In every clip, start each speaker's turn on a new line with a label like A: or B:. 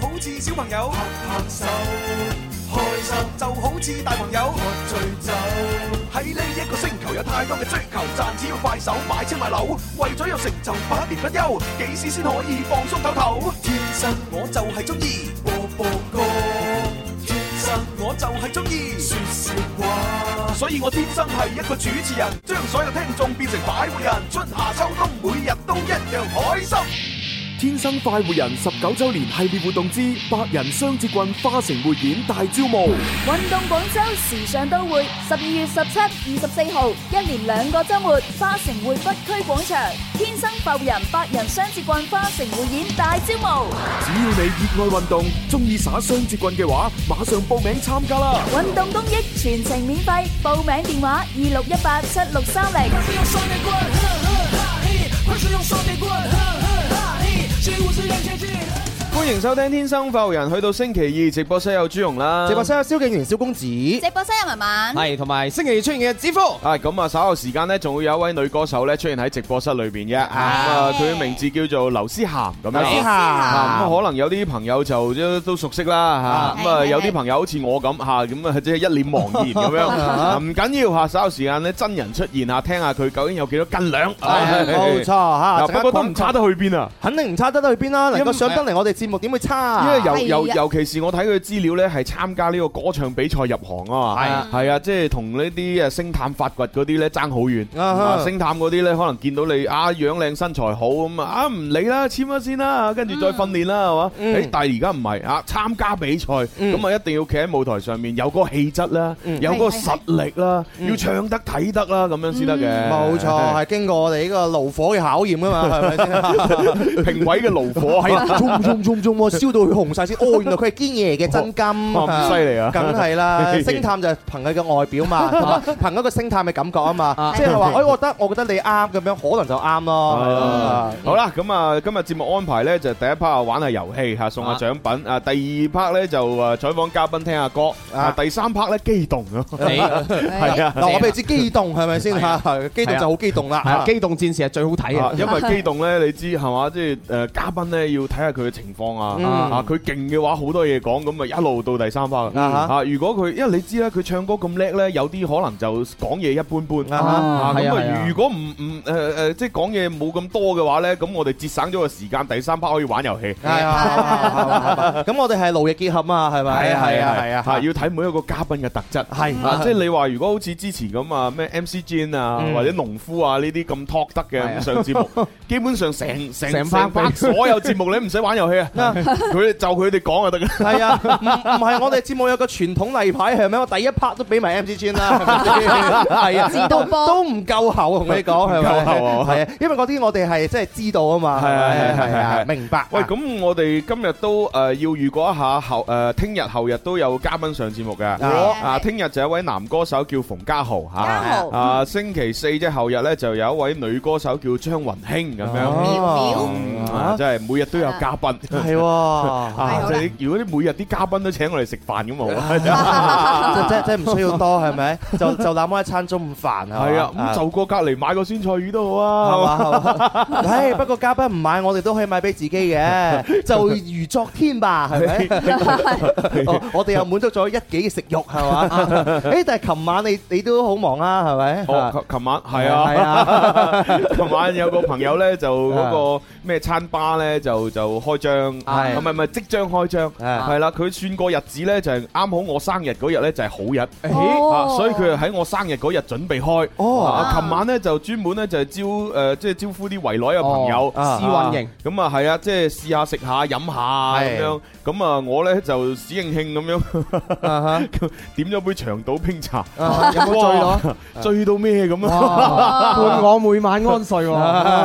A: 好似小朋友拍拍手，開心就好似大朋友喝醉酒。喺呢一個星球有太多嘅追求，賺錢要快手，買車買樓，為咗有成就百年不休，幾時先可以放鬆唞唞？天生我就係中意播播歌，天生我就係中意説笑話，所以我天生係一個主持人，將所有聽眾變成快活人，春夏秋冬每日都一樣開心。
B: 天生快活人十九周年系列活動之百人雙節棍花城匯演大招募，
C: 運動廣州時尚都會，十二月十七、二十四號，一連兩個周末，花城匯北區廣場，天生浮人百人雙節棍花城匯演大招募。
B: 只要你熱愛運動，中意耍雙節棍嘅話，馬上報名參加啦！
C: 運動公益全程免費，報名電話二六一八七六三零。
D: 快使用雙截棍，呵呵哈嘿！快使用雙截棍，呵呵哈嘿！是五十元前進。
E: 歡迎收聽《天生發育人》，去到星期二直播室有朱容啦，
F: 直播室有蕭敬元、蕭公子，
G: 直播室有文文，
F: 係同埋星期二出現嘅子夫。
E: 啊，咁啊，稍後時間呢，仲會有一位女歌手咧出現喺直播室裏邊嘅。咁啊，佢嘅名字叫做劉思涵咁樣。
F: 劉思涵
E: 啊咁啊可能有啲朋友就都都熟悉啦嚇。咁
G: 係
E: 啊，
G: 係
E: 有啲朋友好似我咁嚇，咁啊即係一臉茫 然咁樣。啊唔緊要嚇，稍後時間呢，真人出現嚇，聽下佢究竟有幾多斤兩。
F: 哎冇錯嚇，
E: 啊不過都唔差得去邊啊！
F: 肯定唔差得得去邊啦。能夠上得嚟我哋節目點會差
E: 因
F: 啊？
E: 為尤尤
G: 係啊
E: 尤其是我睇佢資料咧，係參加呢個歌唱比賽入行啊嘛，
F: 係啊
E: 係啊，即係同呢啲誒星探發掘嗰啲咧爭好遠。
F: 啊哈
E: 啊星探嗰啲咧，可能見到你啊樣靚身材好咁啊，啊唔理啦，簽咗先啦，跟住再訓練啦，係嘛？
F: 嗯
E: 誒，但係而家唔係啊，參加比賽
F: 嗯
E: 咁啊，一定要企喺舞台上面有嗰個氣質啦，
F: 嗯
E: 有嗰個實力啦，
F: 嗯
E: 要唱得睇得啦，咁樣先得嘅。
F: 冇錯，
E: 嗯
F: 係經過我哋呢個爐火嘅考驗噶啊嘛，係咪
E: 啊
F: 先？
E: 評委嘅爐火
F: 係
E: 喺
F: 啊，中中中中喎，燒到佢紅晒先。哦，原來佢係堅爺嘅真金，
E: 哇咁犀利啊
F: 梗係啦， 星探就係憑佢嘅外表嘛，同埋憑嗰個星探嘅感覺啊嘛，即係話， 哎，我覺得我覺得你啱咁樣，可能就啱咯。係啊
E: 哎好啦，咁啊，今日節目安排呢，就第一 part 啊玩下遊戲吓，送下獎品啊；第二 part 呢，就誒採訪嘉賓聽下歌啊；
F: 啊
E: 第三 part 呢，機動咯， 係啊。
F: 嗱，我俾你知激動係咪先嚇？ 係激動就好激動啦。 嚇
G: 哎
E: 啊因為機動呢，你知係嘛，即係誒嘉賓呢，要睇下佢嘅情況啊，
F: 嗯
E: 啊佢勁嘅話好多嘢講，咁咪啊一路到第三 part
F: 啊哈
E: 啊。如果佢，因為你知啦，佢唱歌咁叻呢，有啲可能就講嘢一般般
F: 啊哈
E: 啊咁啊，如果唔唔誒誒，即係講嘢冇咁多嘅話呢，咁我哋節省咗個時間，第三 part 可以玩遊戲。
F: 係啊，咁我哋係勞逸結合啊，係咪？
E: 係要睇每一個嘉賓嘅特質。
F: 係
E: 啊，即係你話如果好似之前咁啊，咩 MC Jin 啊，
F: 嗯
E: 或者農夫啊呢啲咁 talk 得嘅咁上節目， 基本上成成
H: 成班
E: 班所有節目你唔使玩遊戲 啊，佢就佢哋講就得㗎。
F: 係啊，唔唔係我哋節目有個傳統例牌係咪？我第一 part 都俾埋 MC 專啦，係咪先係啊，
G: 自動播
F: 都唔夠厚，同你講係咪？
E: 唔夠厚啊
F: 係啊，因為嗰啲我哋係真係知道啊嘛，
E: 係啊
F: 係咪
E: 係啊係啊係啊
F: 明白。
E: 喂，咁我哋今日都誒要預告一下後誒，聽日後日都有嘉賓上節目嘅。
F: 啊
E: 啊，聽日就有一位男歌手叫馮家豪嚇，
G: 家豪
E: 啊，星期四即係後日咧就有一位女歌手叫張雲興咁樣。
F: 哦
E: 嗯啊
F: 啊，
E: 真係每日都有嘉賓。
F: 係啊喎。
E: 啊！
G: 好
E: 即
G: 啦
E: 係如果啲每日啲嘉賓都請我哋食飯咁啊好，
F: 真真真唔需要多係咪？就就那麼一餐中午飯係嘛
E: 係啊，咁就過隔離買個酸菜魚都好
F: 係
E: 啊，
F: 嘛係嘛？ 唉，不過嘉賓唔買，我哋都可以買俾自己 嘅，就如昨天吧，係咪？ 哦我哋又滿足咗一己嘅食欲，係嘛？誒，但係琴晚你你都好忙啊，係咪？
E: 哦，琴琴晚係
F: 嗯係
E: 啊，
F: 啊，
E: 琴晚有個朋友 咧就嗰個咩餐吧咧就就開張，
F: 係
E: 啊
F: 啊
E: 唔係唔係即將開張，
F: 係
E: 係啦，佢算個日子咧就係啱好我生日嗰日咧就係好日，
G: 哦
E: 啊所以佢係喺我生日嗰日準備開。
F: 哦，
E: 啊！琴晚咧就專門咧就係招誒，即係招呼啲圍內嘅朋友
F: 哦啊
H: 試運營
E: 咁啊係啊，即係試下食下飲下咁
F: 係
E: 樣。咁啊，我咧就史應慶咁樣
F: 啊
E: 點咗杯長島冰茶，
F: 哈 啊有冇醉
E: 哇
F: 咗？
E: 醉到咩咁啊？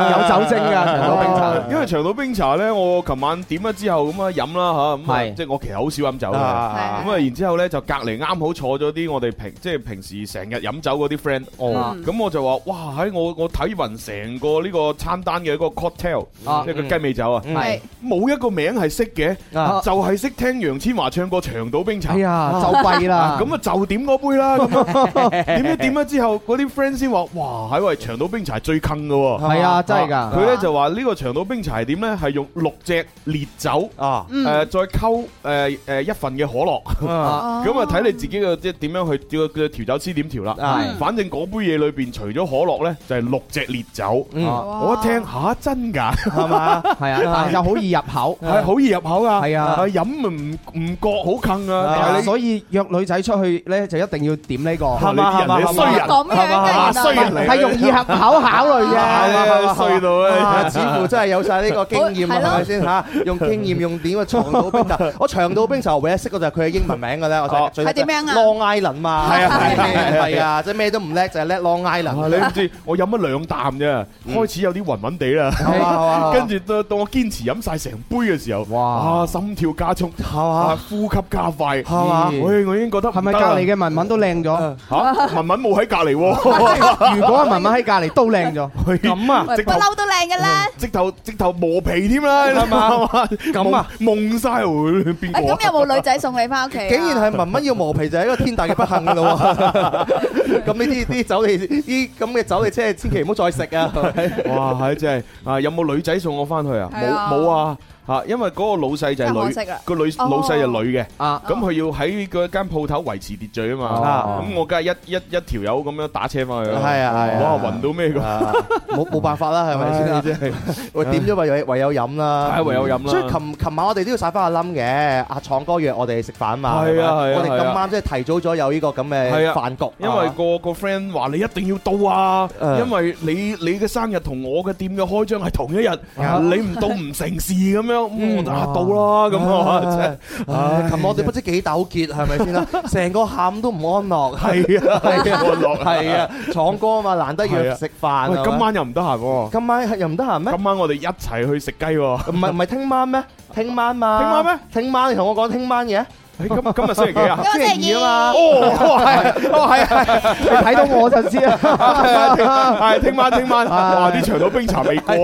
E: 啊因為長島冰茶咧，我琴晚點咗之後咁啊飲啦嚇，咁啊
H: 係
E: 即係我其實好少飲酒嘅。
F: 啊
E: 咁啊，然之後咧就隔離啱好坐咗啲我哋平即係平時成日飲酒嗰啲 friend，
H: 哦
E: 咁我就話：哇！喺我我睇勻成個呢個餐單嘅嗰個 cocktail，
H: 啊
E: 即係個雞尾酒啊，
G: 係
E: 冇一個名係識嘅，
F: 嗯啊
E: 就係識聽楊千嬅唱過長島冰茶。咁啊就點嗰杯啦，咁啊點一點咗之後，嗰啲
F: 啊
E: friend 先話：哇！喺喂長島冰茶係最坑嘅喎。佢咧就話呢個長島冰茶係係點呢？係用六隻烈酒，
F: 啊，
E: 誒、再溝誒誒一份嘅可樂，
F: 啊
E: 咁啊睇你自己嘅即係點樣去調個調酒師點調啦。
F: 啊，
E: 反正嗰杯嘢裏邊除咗可樂呢，就係六隻烈酒。啊
F: 嗯，
E: 我一聽吓 真㗎，
F: 係嘛？
G: 係啊，但係就好易入 口。
E: 係好易入口㗎，
G: 係啊
E: 飲唔唔覺好近啊，但係
G: 係啊，
E: 你
G: 所以約女仔出去咧，就一定要點呢個，
F: 係嘛係嘛
E: 你啲人你衰人。
C: 咁樣嘅
E: 啊
C: 原
E: 衰
C: 來
E: 人嚟，
G: 係容易合口考慮
F: Dạ,
E: 係
G: 嘅。
E: 啊衰到
F: 啊
E: 咧，
F: 似乎真係有晒呢個經驗啦，
C: 好係咯
F: Ờ, 係咪先嚇？用經驗用點啊？長島冰 就我長島冰就唯一識嗰就係佢嘅英文名嘅咧，我
E: 哦
F: 就係
H: 係點樣啊
F: ？Long Island 嘛，
E: 係啊係啊係啊係啊
F: 係啊，即係咩都唔叻，就係叻 Long
E: 啊
F: Island，
E: 你唔知我飲咗兩啖啫，
F: 嗯
E: 開始有啲暈暈地啦。
F: 係嘛係嘛
E: 跟住到到我堅持飲晒成杯嘅時候，
G: 哇
E: 啊心跳加速，
F: 係嘛
E: 啊呼吸加快，
F: 係嘛
G: 嗯
E: 喂我已經覺得
G: 係咪
E: 唔
G: 隔
E: 得啦
G: 離嘅文文都靚咗？
E: 嚇文文冇喺隔離喎，
G: 如果文文喺隔離都 靚咗，
E: 咁啊直
C: 不
E: 頭
C: 嬲都靚嘅啦。
E: 直頭直頭磨皮添啦，係 嘛咁啊夢晒喎邊
C: 誒，咁
E: 個啊？
C: 有冇女仔送你翻屋企啊？
F: 竟然係文文要磨皮就係一個天大嘅不幸㗎咯喎！咁呢啲啲酒你啲 咁嘅酒你真係千祈唔好再食啊！
E: 哇係真係啊！有冇女仔送我翻去啊？冇
C: 係啊
E: 冇啊嚇，因為嗰個老細就係
C: 真係可
E: 女
C: 惜啦，
E: 個女
C: 哦
E: 老細就女嘅。
G: 啊，
E: 咁佢要喺嗰間鋪頭維持秩序啊嘛，
F: 哦
E: 咁我梗係一一一條友咁樣打車翻去啦，
F: 係啊係啊
E: 哇暈到咩 咁，
F: 啊冇冇辦法啦，係咪先啊？
E: 真係
F: 喂，點咗唯有唯有飲啦，
E: 係唯有飲啦
F: 所以琴琴晚我哋都要晒翻阿冧嘅，阿創哥約我哋食飯嘛，咪
E: 係啊係啊
F: 我哋
E: 係
F: 咁
E: 啊
F: 啱即係提早咗有呢個咁
E: 係
F: 嘅
E: 啊
F: 飯局，
E: 因為個個 friend 話你一定要到啊，
F: 誒
E: 因為你你嘅生日同我嘅店嘅開張係同一日，你唔到唔成事咁樣，咁我就啊到啦咁啊真係，
F: 唉琴晚我哋不知幾糾結係咪 先啦？成個下午都唔安樂，
E: 係啊
F: 係啊
E: 安樂啊
F: 係啊，創哥啊嘛，難得
E: 係
F: 約
E: 啊
F: 食飯，
E: 喂
F: 係咪
E: 今晚又唔得閒喎，
F: 今晚係又唔得閒咩？
E: 今晚我哋一齊去食雞喎，
F: 唔係唔係聽晚咩？聽晚嘛，
E: 聽晚咩？
F: 聽晚你同我講聽晚嘅，
E: 誒今今日星期幾啊？
C: 今日星期二啊嘛，
E: 哦，
G: 你睇到我就知 啦。
E: 係聽晚聽晚，哇！啲長島冰茶未過，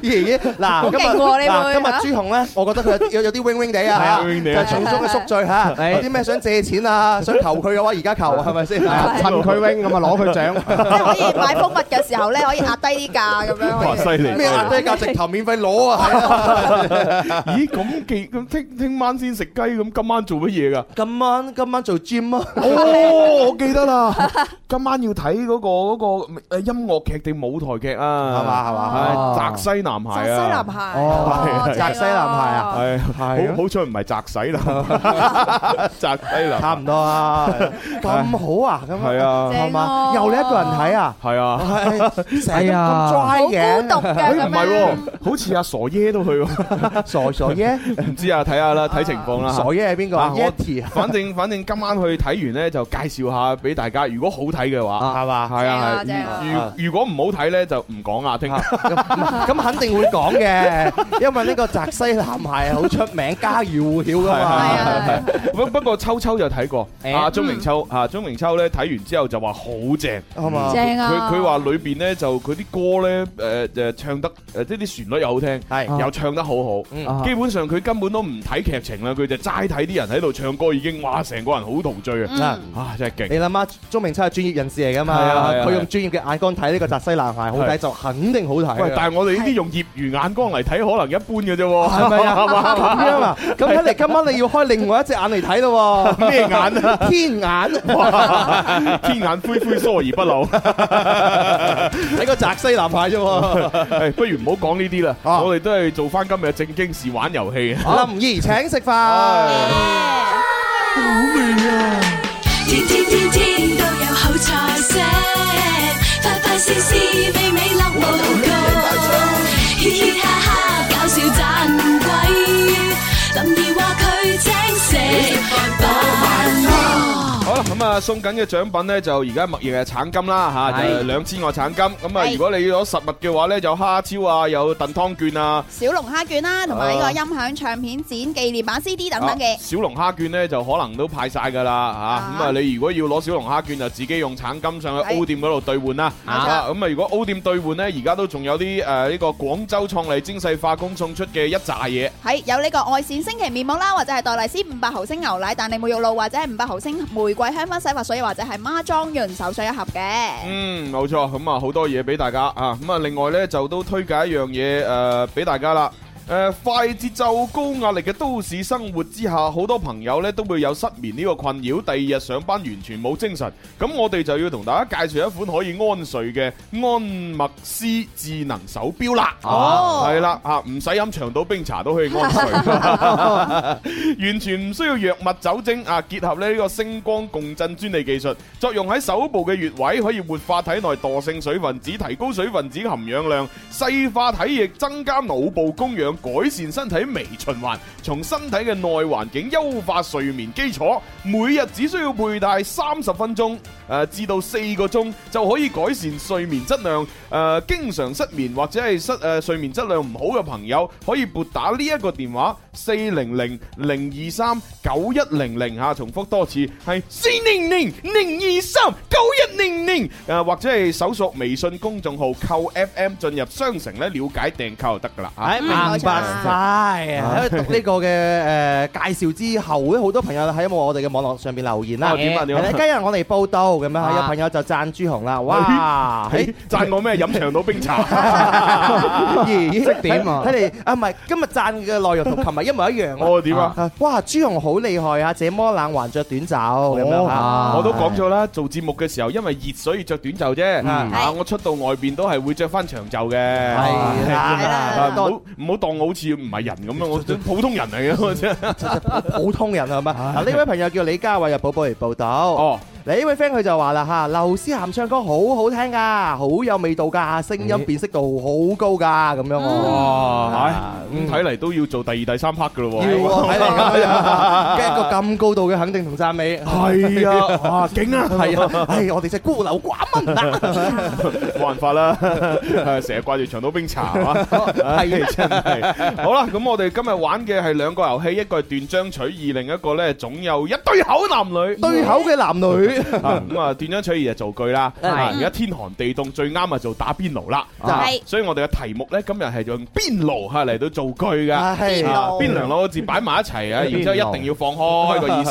F: 爺爺嗱，
C: 好
F: 今
C: 勁喎
F: 日
C: 呢位
F: 嗱，今日朱紅咧，我覺得佢有有啲 wing wing 地啊，
E: 係啊，wing wing
F: 就
E: 地啊
F: 係從中嘅宿醉嚇。
G: 係
F: 有啲咩想借 錢啊，想求佢嘅話，而家求係咪先？
G: 陳佢永咁啊，攞佢 獎。
C: 即係可以買蜂蜜嘅時候咧，可以壓低啲價咁樣。
E: 哇！犀
C: 可以
E: 利，
F: 咩壓低價直頭免費攞 啊！
E: 咦，咁記咁聽聽晚先食雞，咁今晚做乜嘢噶？
F: 今晚今晚做 gym 啊！
E: 哦，我記得啦，今晚要睇嗰個嗰個誒音樂劇定舞台劇啊，
F: 係嘛係
G: 嘛
E: 係澤西男
C: 澤
E: 孩
C: 西
E: 啊
C: 男，孩，
G: 哦
C: 哦
F: 澤西男孩啊，
E: 係
F: 係啊
E: 好好彩唔係澤西啦，澤西
F: 差
E: 男
F: 唔多 啊，咁好啊，咁
E: 係啊
F: 係嘛？
C: 正喎
F: 又你一個人睇啊？
E: 係啊。
F: 係成日
G: 係
F: 咁
G: 啊
F: dry
C: 好孤
F: 嘅，
C: 獨
E: 誒
C: 嘅咁
E: 唔係
C: 樣。
E: 喎，好似阿傻耶都去喎，
F: 傻傻耶，
E: 唔知啊，睇下啦，睇情況啦。
F: 傻耶係邊個
E: 啊我
F: ？Yeti 啊
E: 反正反正今晚去睇完咧，就介紹下俾大家。如果好睇嘅話，
F: 係嘛？
E: 係啊
C: 正啊
F: 正啊
E: 係。如如果唔好睇咧，就唔講啦，聽。
F: 咁肯定會講嘅，因為呢個澤西男孩係好出名，家喻戶曉噶
E: 係
C: 係
F: 嘛。
C: 啊係啊
E: 不不過秋秋就睇過，
F: 哎誒嗯
E: 阿鍾明秋啊，鍾明秋咧睇完之後就話好正，
F: 係嘛
C: 正
E: 佢
C: 啊！
E: 佢話裏邊咧就佢啲歌咧誒誒唱得誒即係啲旋律又好聽，
F: 係
E: 又唱得好好。
F: 啊嗯
G: 啊
E: 基本上佢根本都唔睇劇情啦，佢就齋睇啲人喺度唱歌，已經哇成個人好陶醉
C: 嗯
E: 啊！
F: 嗱，
E: 啊真係
F: 你
E: 勁，
F: 諗下，鍾明秋係專業人士嚟噶
E: 係啊
F: 嘛，
E: 係啊
F: 佢用專業嘅眼光睇呢個澤西男孩好睇，
E: 係
F: 就肯定好睇
E: 喂！
F: 㗎。
E: 但係我哋呢啲用業餘眼光嚟睇，可能一般嘅啫喎，
F: 係咪啊？
E: 係嘛
F: 咁樣啊？咁睇嚟今晚你要開另外一隻眼嚟睇咯喎。
E: 咩眼啊？
F: 天 眼
E: 哇 天眼灰灰，疏而不漏。
F: 睇個澤西男孩啫喎。
E: 誒哎不如唔好講呢啲啦，
F: 啊
E: 我哋都係做翻今日嘅正經事，玩遊戲。
F: 林怡請食飯。
H: 天天天天都有好菜色，快快事事美美樂無窮，嘻嘻哈哈搞笑盞鬼，林兒話佢請食飯喎。
E: 好啦，咁啊送緊嘅獎品呢，就而家默認係橙金啦吓，
G: 係
E: 就兩千個橙金。咁啊，
C: 係
E: 如果你攞實物嘅話呢，有蝦超啊，有燉湯券啊，
C: 小龍蝦券啦，同埋呢個音響唱片展紀念版 CD 等等
E: 啊
C: 嘅。
E: 小龍蝦券呢，就可能都派晒㗎啦吓。咁啊，你如果要攞小龍蝦券，就自己用橙金上去
C: 係
E: O 店嗰度兌換啦。
G: 冇錯
E: 啊咁啊，如果 O 店兌換呢，而家都仲有啲誒呢個廣州創利精細化工送出嘅一紮嘢。
C: 係有呢個外線星期面膜啦，或者係黛麗絲五百毫升牛奶蛋你冇肉露，或者係五百毫升玫瑰香薰洗洗髮水或者係孖裝潤手水一盒嘅。
E: 嗯，冇錯，咁啊好多嘢俾大家啊，咁啊另外呢，就都推介一樣嘢誒俾大家啦。誒、快節奏、高壓力嘅都市生活之下，好多朋友呢都會有失眠呢個困擾，第二日上班完全冇精神。咁我哋就要同大家介紹一款可以安睡嘅安默斯智能手錶啦。
C: 哦
E: 係啦，啊唔使飲長島冰茶都可以安睡，完全唔需要藥物酒精啊！結合呢個星光共振專利技術，作用喺手部嘅穴位，可以活化體內惰性水分子，提高水分子含氧量，細化體液，增加腦部供氧，改善身體微循環，從身體嘅內環境優化睡眠基礎。每日只需要佩戴三十分鐘，誒、至到四個鐘就可以改善睡眠質量。誒、經常失眠或者係失誒、睡眠質量唔好嘅朋友，可以撥打呢一個電話四零零零二三九一零零嚇，重複多次係四零零零二三九一零零誒，或者係搜索微信公眾號扣 FM 進入商城咧，了解訂購就得㗎啦嚇。
F: 哎唉，明白晒。喺讀呢個嘅誒介紹之後咧，好多朋友喺我哋嘅網絡上邊留言啦。
E: 啊點啊點啊
F: 係啦今日我哋報道咁樣，有朋友就讚朱紅啦，哇！
E: 誒
F: 喺
E: 讚我咩？飲長島冰茶。
F: 咦，
G: 識點 啊
F: 睇嚟啊，唔係今日讚嘅內容同琴日一模一樣啊。
E: 哦點啊？
F: 哇！朱紅好厲害啊，這麼冷還着短袖咁樣嚇。
E: 我都講咗啦，做節目嘅時候因為熱所以着短袖啫。啊，我出到外邊都係會着翻長袖嘅。
F: 係
E: 啊
F: 啦
E: 唔，好唔好當我好似唔係人 咁樣，我真係普通人嚟嘅，我真係。
F: 普通人係嘛？嗱，呢位朋友叫李家偉，由寶寶嚟報道。
E: 哦，
F: 嗱，呢位 friend 佢就話啦嚇，劉思涵唱歌好好聽㗎，好有味道㗎，聲音辨識度好高㗎，咁樣喎。
E: 哇，係咁睇嚟都要做第二、第三 part 嘅咯
F: 要
E: 喎。
F: 喎，睇嚟咁樣嘅一個咁高度嘅肯定同讚美。
E: 係啊，哇，勁啊！
F: 係啊，唉，我哋真係孤陋寡聞啊！
E: 冇辦法啦， 係成日掛住長島冰茶係嘛，係真係。好啦，咁我哋今日玩嘅係兩個遊戲，一個係斷章取義，另一個咧總有一對口男女。
F: 對口嘅男女。
E: 啊咁啊，斷章取義就造句啦。啊而家天寒地凍，最啱啊做打邊爐啦。啊
C: 係
E: 所以我哋嘅題目咧，今日係用邊爐嚇嚟到造句噶。啊
F: 係
E: 邊兩個字擺埋一 齊啊，然之後一定要放開個意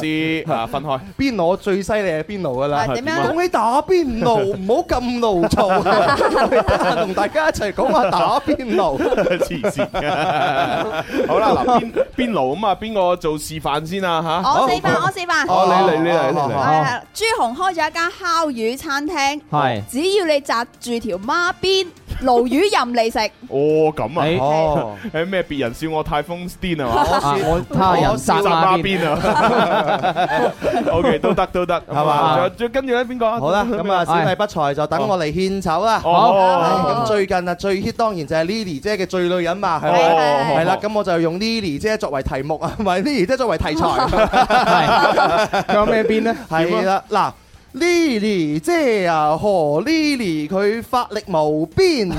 E: 思啊，分開。
F: 邊爐最犀利係邊爐噶啦，
C: 係點樣
E: 嗯
F: 講起打邊爐，唔好咁牢嘈，同大家一齊講下打邊爐。
E: 黐線嘅。好啦，嗱邊邊爐咁啊，邊個做示範先啊吓？
C: 我示範，我示範。
E: 哦，你嚟，你嚟，你嚟。
C: 係啦朱紅開咗一間烤魚餐廳，
G: 係
C: 只要你扎住條孖邊，鱸魚任你食。
E: 哦，咁
G: 哎
E: 啊，
F: 哦，
E: 誒咩？別人笑我太瘋癲啊嘛，
G: 啊我他人殺
E: 沙
G: 馬邊。
E: 邊啊。OK，都 得都得，係
F: 嘛
E: 嘛？仲有跟住咧，邊個啊？
F: 好啦，咁啊，小
G: 哎
F: 弟不才就等我嚟獻醜啦。
E: 哦，
F: 咁最近啊，最 hit 當然就係 Lily 姐嘅最女人嘛，係咪？
E: 哦
F: 係啦，咁我就用 Lily 姐作為題目啊，唔係 Lily 姐作為題材，
G: 仲有咩 邊咧？啊
F: 係啦，嗱。Lily 姐啊，何 Lily 佢法力無邊，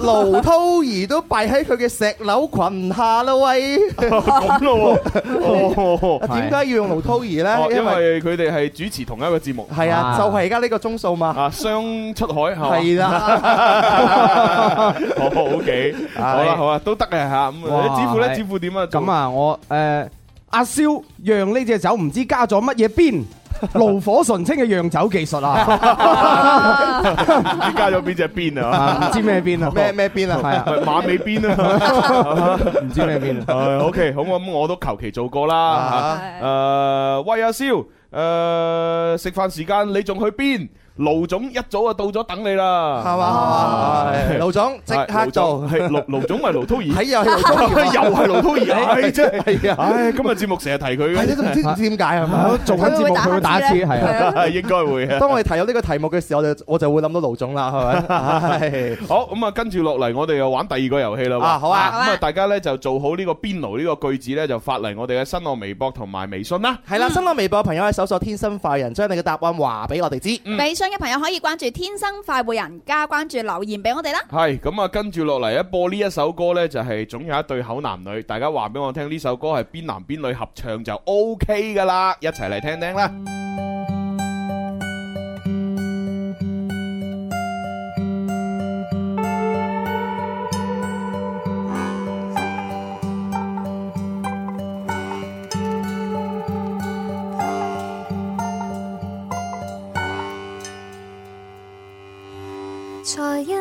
F: 盧滔兒都敗喺佢嘅石榴裙下啦喂！
E: 咁咯喎，哦，
F: 點解要用盧滔兒
E: 哦
F: 咧？
E: 因
F: 因為
E: 為佢哋係主持同一個 節目
F: 係啊，
G: 啊
F: 就係而家呢個鐘數嘛。
E: 啊，雙出海係 嘛
F: 係啦，
E: 好 OK，好啦好啦，都得嘅吓。咁
G: 哇
E: 指付咧，
G: 係
E: 指付點啊？做
G: 咁，啊，我誒阿蕭釀呢隻酒唔知加咗乜嘢 邊，爐火純青嘅釀酒技術啊，
E: 唔知加咗邊只 邊啊？
G: 啊唔知咩邊啊，
F: 咩咩邊啊？
G: 係啊，
E: 咪馬尾 邊啊？
G: 唔知咩邊啊，
E: 係 OK，好咁我都求其做過啦。
F: 啊
E: 誒，喂阿蕭，誒食飯時間你仲去邊？盧總一早就到咗等你啦。
F: 係
E: 啊
F: 嘛？
E: 哎
F: 係盧總即
E: 係
F: 刻
E: 盧總
F: 做，
E: 係盧盧總咪盧滔
F: 喺
E: 兒，
F: 又係盧滔兒。
E: 又係盧
F: 哎
E: 滔 兒，唉哎真係，唉今日節目成日提佢
F: 係你
E: 嘅，
F: 哎都唔知唔知點解啊係嘛？
G: 我啊做緊節目佢會打字，
C: 咧
G: 係啊。
E: 係應該會啊。
F: 當我哋提到呢個題目嘅時候，我就我就會諗到盧總啦，係咪？
E: 好，咁啊，跟住落嚟，我哋又玩第二個遊戲啦喎。
F: 啊好啊
E: 咁啊，大家咧就做好呢個邊爐呢個句子咧，就發嚟我哋嘅新浪微博同埋微信啦。
F: 係啦，新浪微博嘅朋友喺搜索「天生快人」，將你嘅答案話俾我哋知。
E: 嗯
C: 微信嘅朋友可以關注天生快活人，加關注留言俾我哋啦。
E: 係，咁啊，跟住落嚟一播呢一首歌咧，就係總有一對口男女，大家話俾我聽呢首歌係邊男邊女合唱就 O K 噶啦，一齊嚟聽聽啦。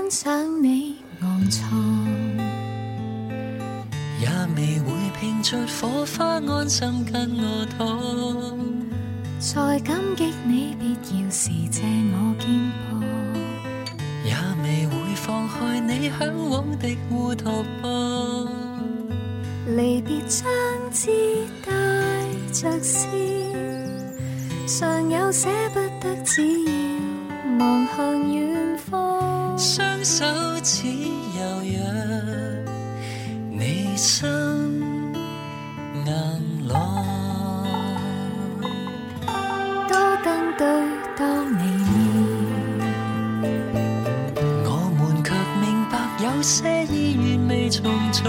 H: 赏你昂藏。
D: 也未會拼出火花，安心跟我躺。
H: 再感激你，必要時借我肩膊，
D: 也未會放開你向往的烏托邦。
H: 離別將之帶着笑，尚有捨不得，只要望向遠方。
D: 雙手指柔弱，你心硬朗。
H: 多登對當你面，
D: 我們卻明白有些意願未重組，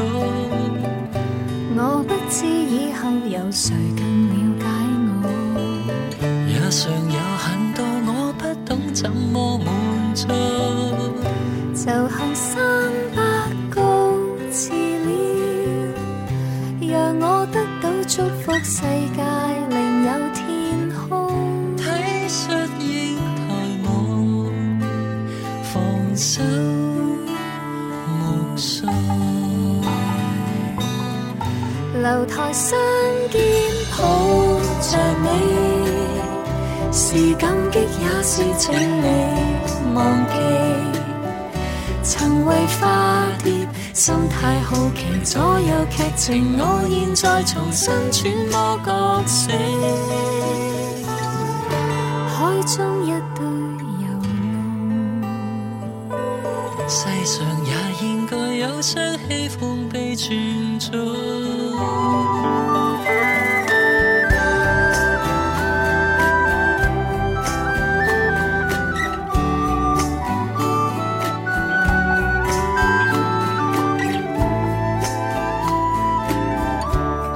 H: 我不知以後有誰更了解我，
D: 也常有很多我不懂怎麼滿足。
H: 就後三百告辭了，讓我得到祝福，世界另有天空。
D: 體恤應抬目，放手目送。
H: 樓台相見抱着你，是感激也是請你忘記，曾為花蝶心態好奇左右劇情，我現在重新揣摩角色，海中一對游龍。
D: 世上也應該有雙喜歡被尊重。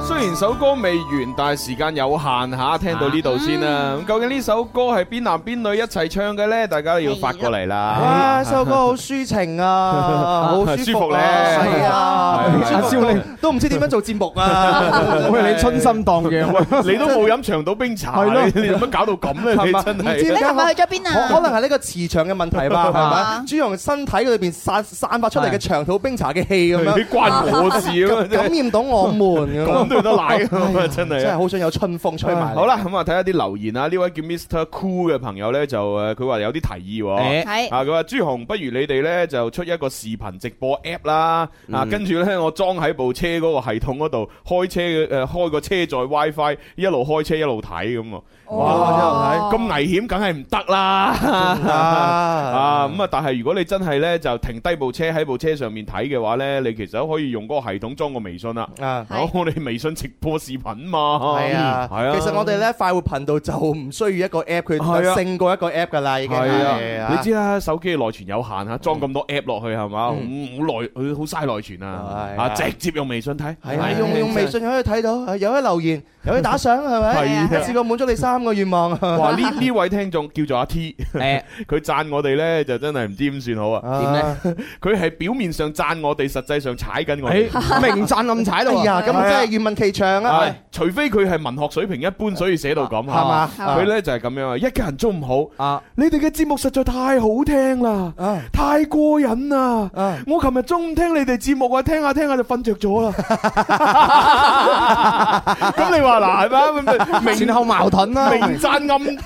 E: 雖然首歌未完，但係時間有限吓，聽到呢度先啦。
F: 啊
E: 咁究竟呢首歌係邊男邊女一齊唱嘅呢？大家都要發過嚟啦。
F: 哇，首歌好抒情嗯 啊，好舒服咧，
E: 舒服咧
F: 係啊，
G: 阿蕭你，
F: 都唔知點樣做節目 啊，
G: 喂你春心蕩 漾喎，
E: 你都冇飲長島冰茶，
G: 係
E: 你
G: 咯
E: 你做乜搞到咁 呢？你真
F: 唔知
E: 係
F: 呢
I: 你琴日去咗邊
F: 可可
I: 啊？
F: 能係呢個磁場嘅問 題吧，係
I: 啊
F: 咪？朱容身體裏邊散散發出嚟嘅長島冰茶嘅氣咁
E: 你
F: 樣，
E: 關我事啊！真
F: 感
E: 係
F: 染到我們咁
E: 咁
F: 樣，
E: 都有得奶咁啊！ 真
F: 真
E: 係
F: 係
E: 啊。
F: 好想有春風吹埋嚟。
E: 好啦，咁啊睇下啲留言啊，呢位叫 Mr. Cool 嘅朋友呢，就誒，佢話有啲提議喎。
G: 哎
J: 哎
I: 係
E: 啊！佢話朱紅，不如你哋咧就出一個視頻直播 app 啦，啊，跟住咧我裝喺部車嗰個系統嗰度，開車嘅呃誒開個車載 WiFi，一路開車一路睇咁啊！哇！
J: 哦
E: 咁危險梗係唔得
F: 嗯
E: 啦！
F: 啊，
E: 啊咁啊！但係如果你真係咧就停低部車喺部車上面睇嘅話咧，你其實都可以用嗰個系統裝個微信啦。
F: 啊。
E: 好，我哋微信直播視頻嘛，
F: 系啊，
E: 係啊，
F: Ờ，其實我哋咧快活頻道就唔需要一個 app，佢
E: 係啊
F: 勝過一個 app 噶啦，已經
E: 系
F: 係
E: 啊，你知啦，手機內存有限
F: 嗯
E: 吓，裝咁多 app 落去係嘛，好好耐，佢好嘥內存啊，
F: 係啊
E: 啊直接用微信睇，
F: 係
E: 係
F: 啊，
E: 啊
F: 用用微信可以睇到，啊有得留言，有得打 賞，係咪？
E: 係啊
F: 一次過滿足你三個願望。
E: 哇！呢呢位聽眾叫做阿 T，
G: 誒
E: 佢讚我哋呢，就真係唔知點算好啊！
F: 點咧？
E: 佢係表面上讚我哋，實際上踩緊我哋。
G: 誒明讚暗踩
F: 哎
G: 咯喎，
F: 呀，咁真係願聞其詳啊！
E: 係除非佢係文學水平一般，所以寫到咁
F: 係嘛
E: 嚇佢呢就係咁樣啊！一家人做唔好
G: 啊，
E: 你哋嘅節目實在太好聽啦，
F: 啊
E: 太過癮啦！
F: 啊
E: 我琴日中午聽你哋節目啊，聽下聽下就瞓着咗啦。咁你話嗱係咪？明
G: 前後矛盾啦，
E: 明讚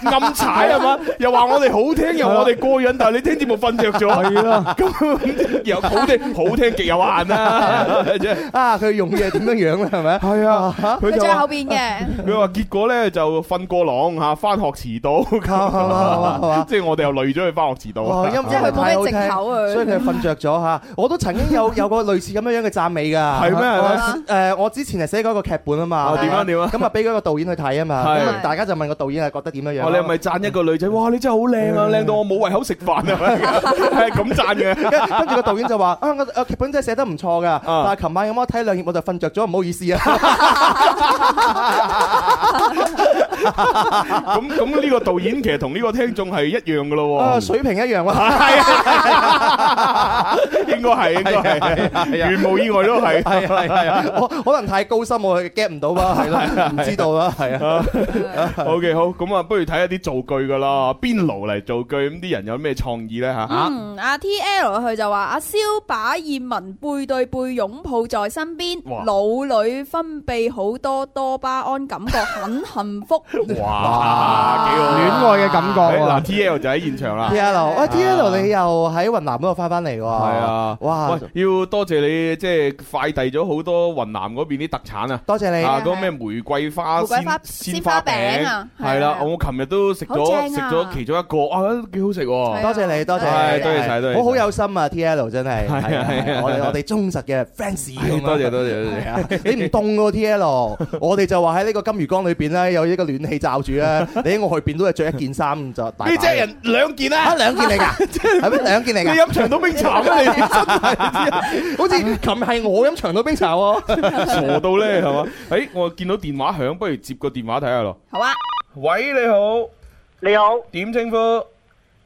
E: 暗暗踩係嘛？又話我哋好聽，又話我哋過癮，但係你聽節目瞓着咗。係啦，咁又好聽，好聽極有限啦。真係
F: 啊，佢用嘅係點樣樣咧？係咪？
E: 係啊，佢
I: 佢
E: 就
I: 最後
E: 話
I: 邊 嘅，
E: 佢話結果咧就瞓過朗嚇，翻學遲到， 即係我哋又累咗佢翻學遲
F: 哦，
E: 到。
F: 音
I: 即係佢冇咩藉口啊
F: 所以佢瞓着咗嚇。我都曾經 有有個類似咁樣樣嘅讚美㗎。
E: 係咩係咩
F: 我誒，我之前係寫過一個劇本啊嘛。
E: 哦點啊點啊
F: 咁啊，俾嗰個導演去睇啊嘛。
E: 係
F: 咁啊，大家就問個導演係覺得點樣樣。
E: 我你係咪讚一個女仔？哇！你真係好靚啊，靚到我冇胃口食飯啊！ 係咁讚
F: 跟
E: 嘅。
F: 跟住個導演就話：啊，我我劇本真係寫得唔錯㗎，但係琴晚啊咁我睇兩頁我就瞓着咗，唔好意思啊。
E: 咁咁呢個導演其實同呢個聽眾係一樣噶咯
F: 啊，
E: 喎，
F: 水平一樣喎。
E: 應該係應該
F: 係啊
E: 係，
F: 係啊
E: 如無意外都 係。
F: 係啊係啊，我可能太高深，我 get 唔到啊啦，係啦，唔知道啦，係啊。
E: O K 好，咁啊，不如睇下啲造句噶啦，邊爐嚟造句，咁啲人有咩創意咧
J: 啊
E: 吓？
J: Ừ.
C: 嗯，阿 T L 佢就話阿蕭把燕文背對背擁抱在身邊
E: 哇，
C: 腦裏分泌好多多巴胺，感覺很幸福。
E: 哇，幾好！
G: 戀愛嘅感覺啊
E: 哎
G: 喎。
E: 嗱，T L 就喺現場啦。
F: T L，喂 T L，你又喺雲南嗰度翻翻啊嚟喎？係
E: 係啊，
F: 哇！
E: 喂，要多謝你即係快遞咗好多雲南嗰邊啲特產啊！
F: 多謝你，
E: 啊！
C: 係
E: 嗰個咩玫瑰花
C: 玫瑰
E: 鮮
C: 花
E: 鮮
C: 鮮
E: 花
C: 花
E: 餅
C: 餅啊
E: 係
C: 係
E: 啦
C: 啊！
E: 我琴日都食
C: 好
E: 咗
C: 正
E: 食
C: 啊
E: 咗其中一個啊，幾好食喎！
C: 係
F: 多謝你，多謝
E: 係
F: 你，
E: 多謝晒多謝晒
F: 我好有心啊！T L 真係，係啊
E: 係啊
F: 係啊我哋我哋忠實嘅 fans 咁
E: 係
F: 樣
E: 多謝多謝多
F: 係
E: 謝！
F: 啊，你唔凍喎 T L，我哋就話喺呢個金魚缸裏邊咧有呢個暖氣罩住 咧，你喺外邊都係着一件衫就大把。
E: 呢隻人兩件
F: 啊
E: 啊！
F: 兩件嚟 㗎，係咩兩件嚟
E: 你
F: 㗎？
E: 飲長島冰 茶啊咩？你真係
F: 好似琴日係我飲長島冰茶喎。
E: 傻到咧係嘛？ 誒，我見到電話響，不如接個電話睇下咯。
C: 好啊，
E: 喂，你好，
I: 你好，
E: 點稱呼？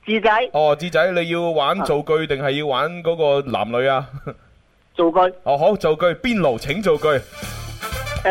I: 志仔，
E: 哦，志仔，你要玩造句定係要玩嗰個男女啊？
I: 做句
E: 哦，好，造句，邊爐請造句。
K: 呃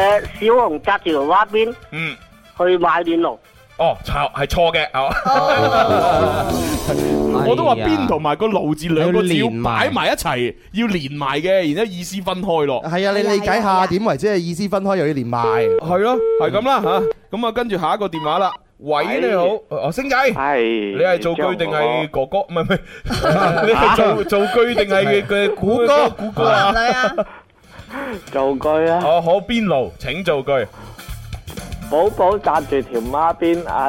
I: 诶，小紅隔住條蛙邊
E: 嗯，
I: 去買暖爐，
E: 哦，錯係錯嘅，哦 係嘛？我都話邊同埋個爐字兩個字要擺埋一齊，要連埋嘅，然之後意思分開咯。
F: 係啊，你理解下點為即係意思分開又要連埋。
E: 係咯，係咁啦吓。咁啊，跟住下一個電話啦。喂，你好，哦，星仔，
K: 系
E: 你係造句定係哥哥？唔 係唔係，你係造造句定係嘅古歌古歌啊？
C: 女啊，
K: 造句啊？
E: 哦，好，邊爐請造句。
K: 寶寶扎住條孖邊啊，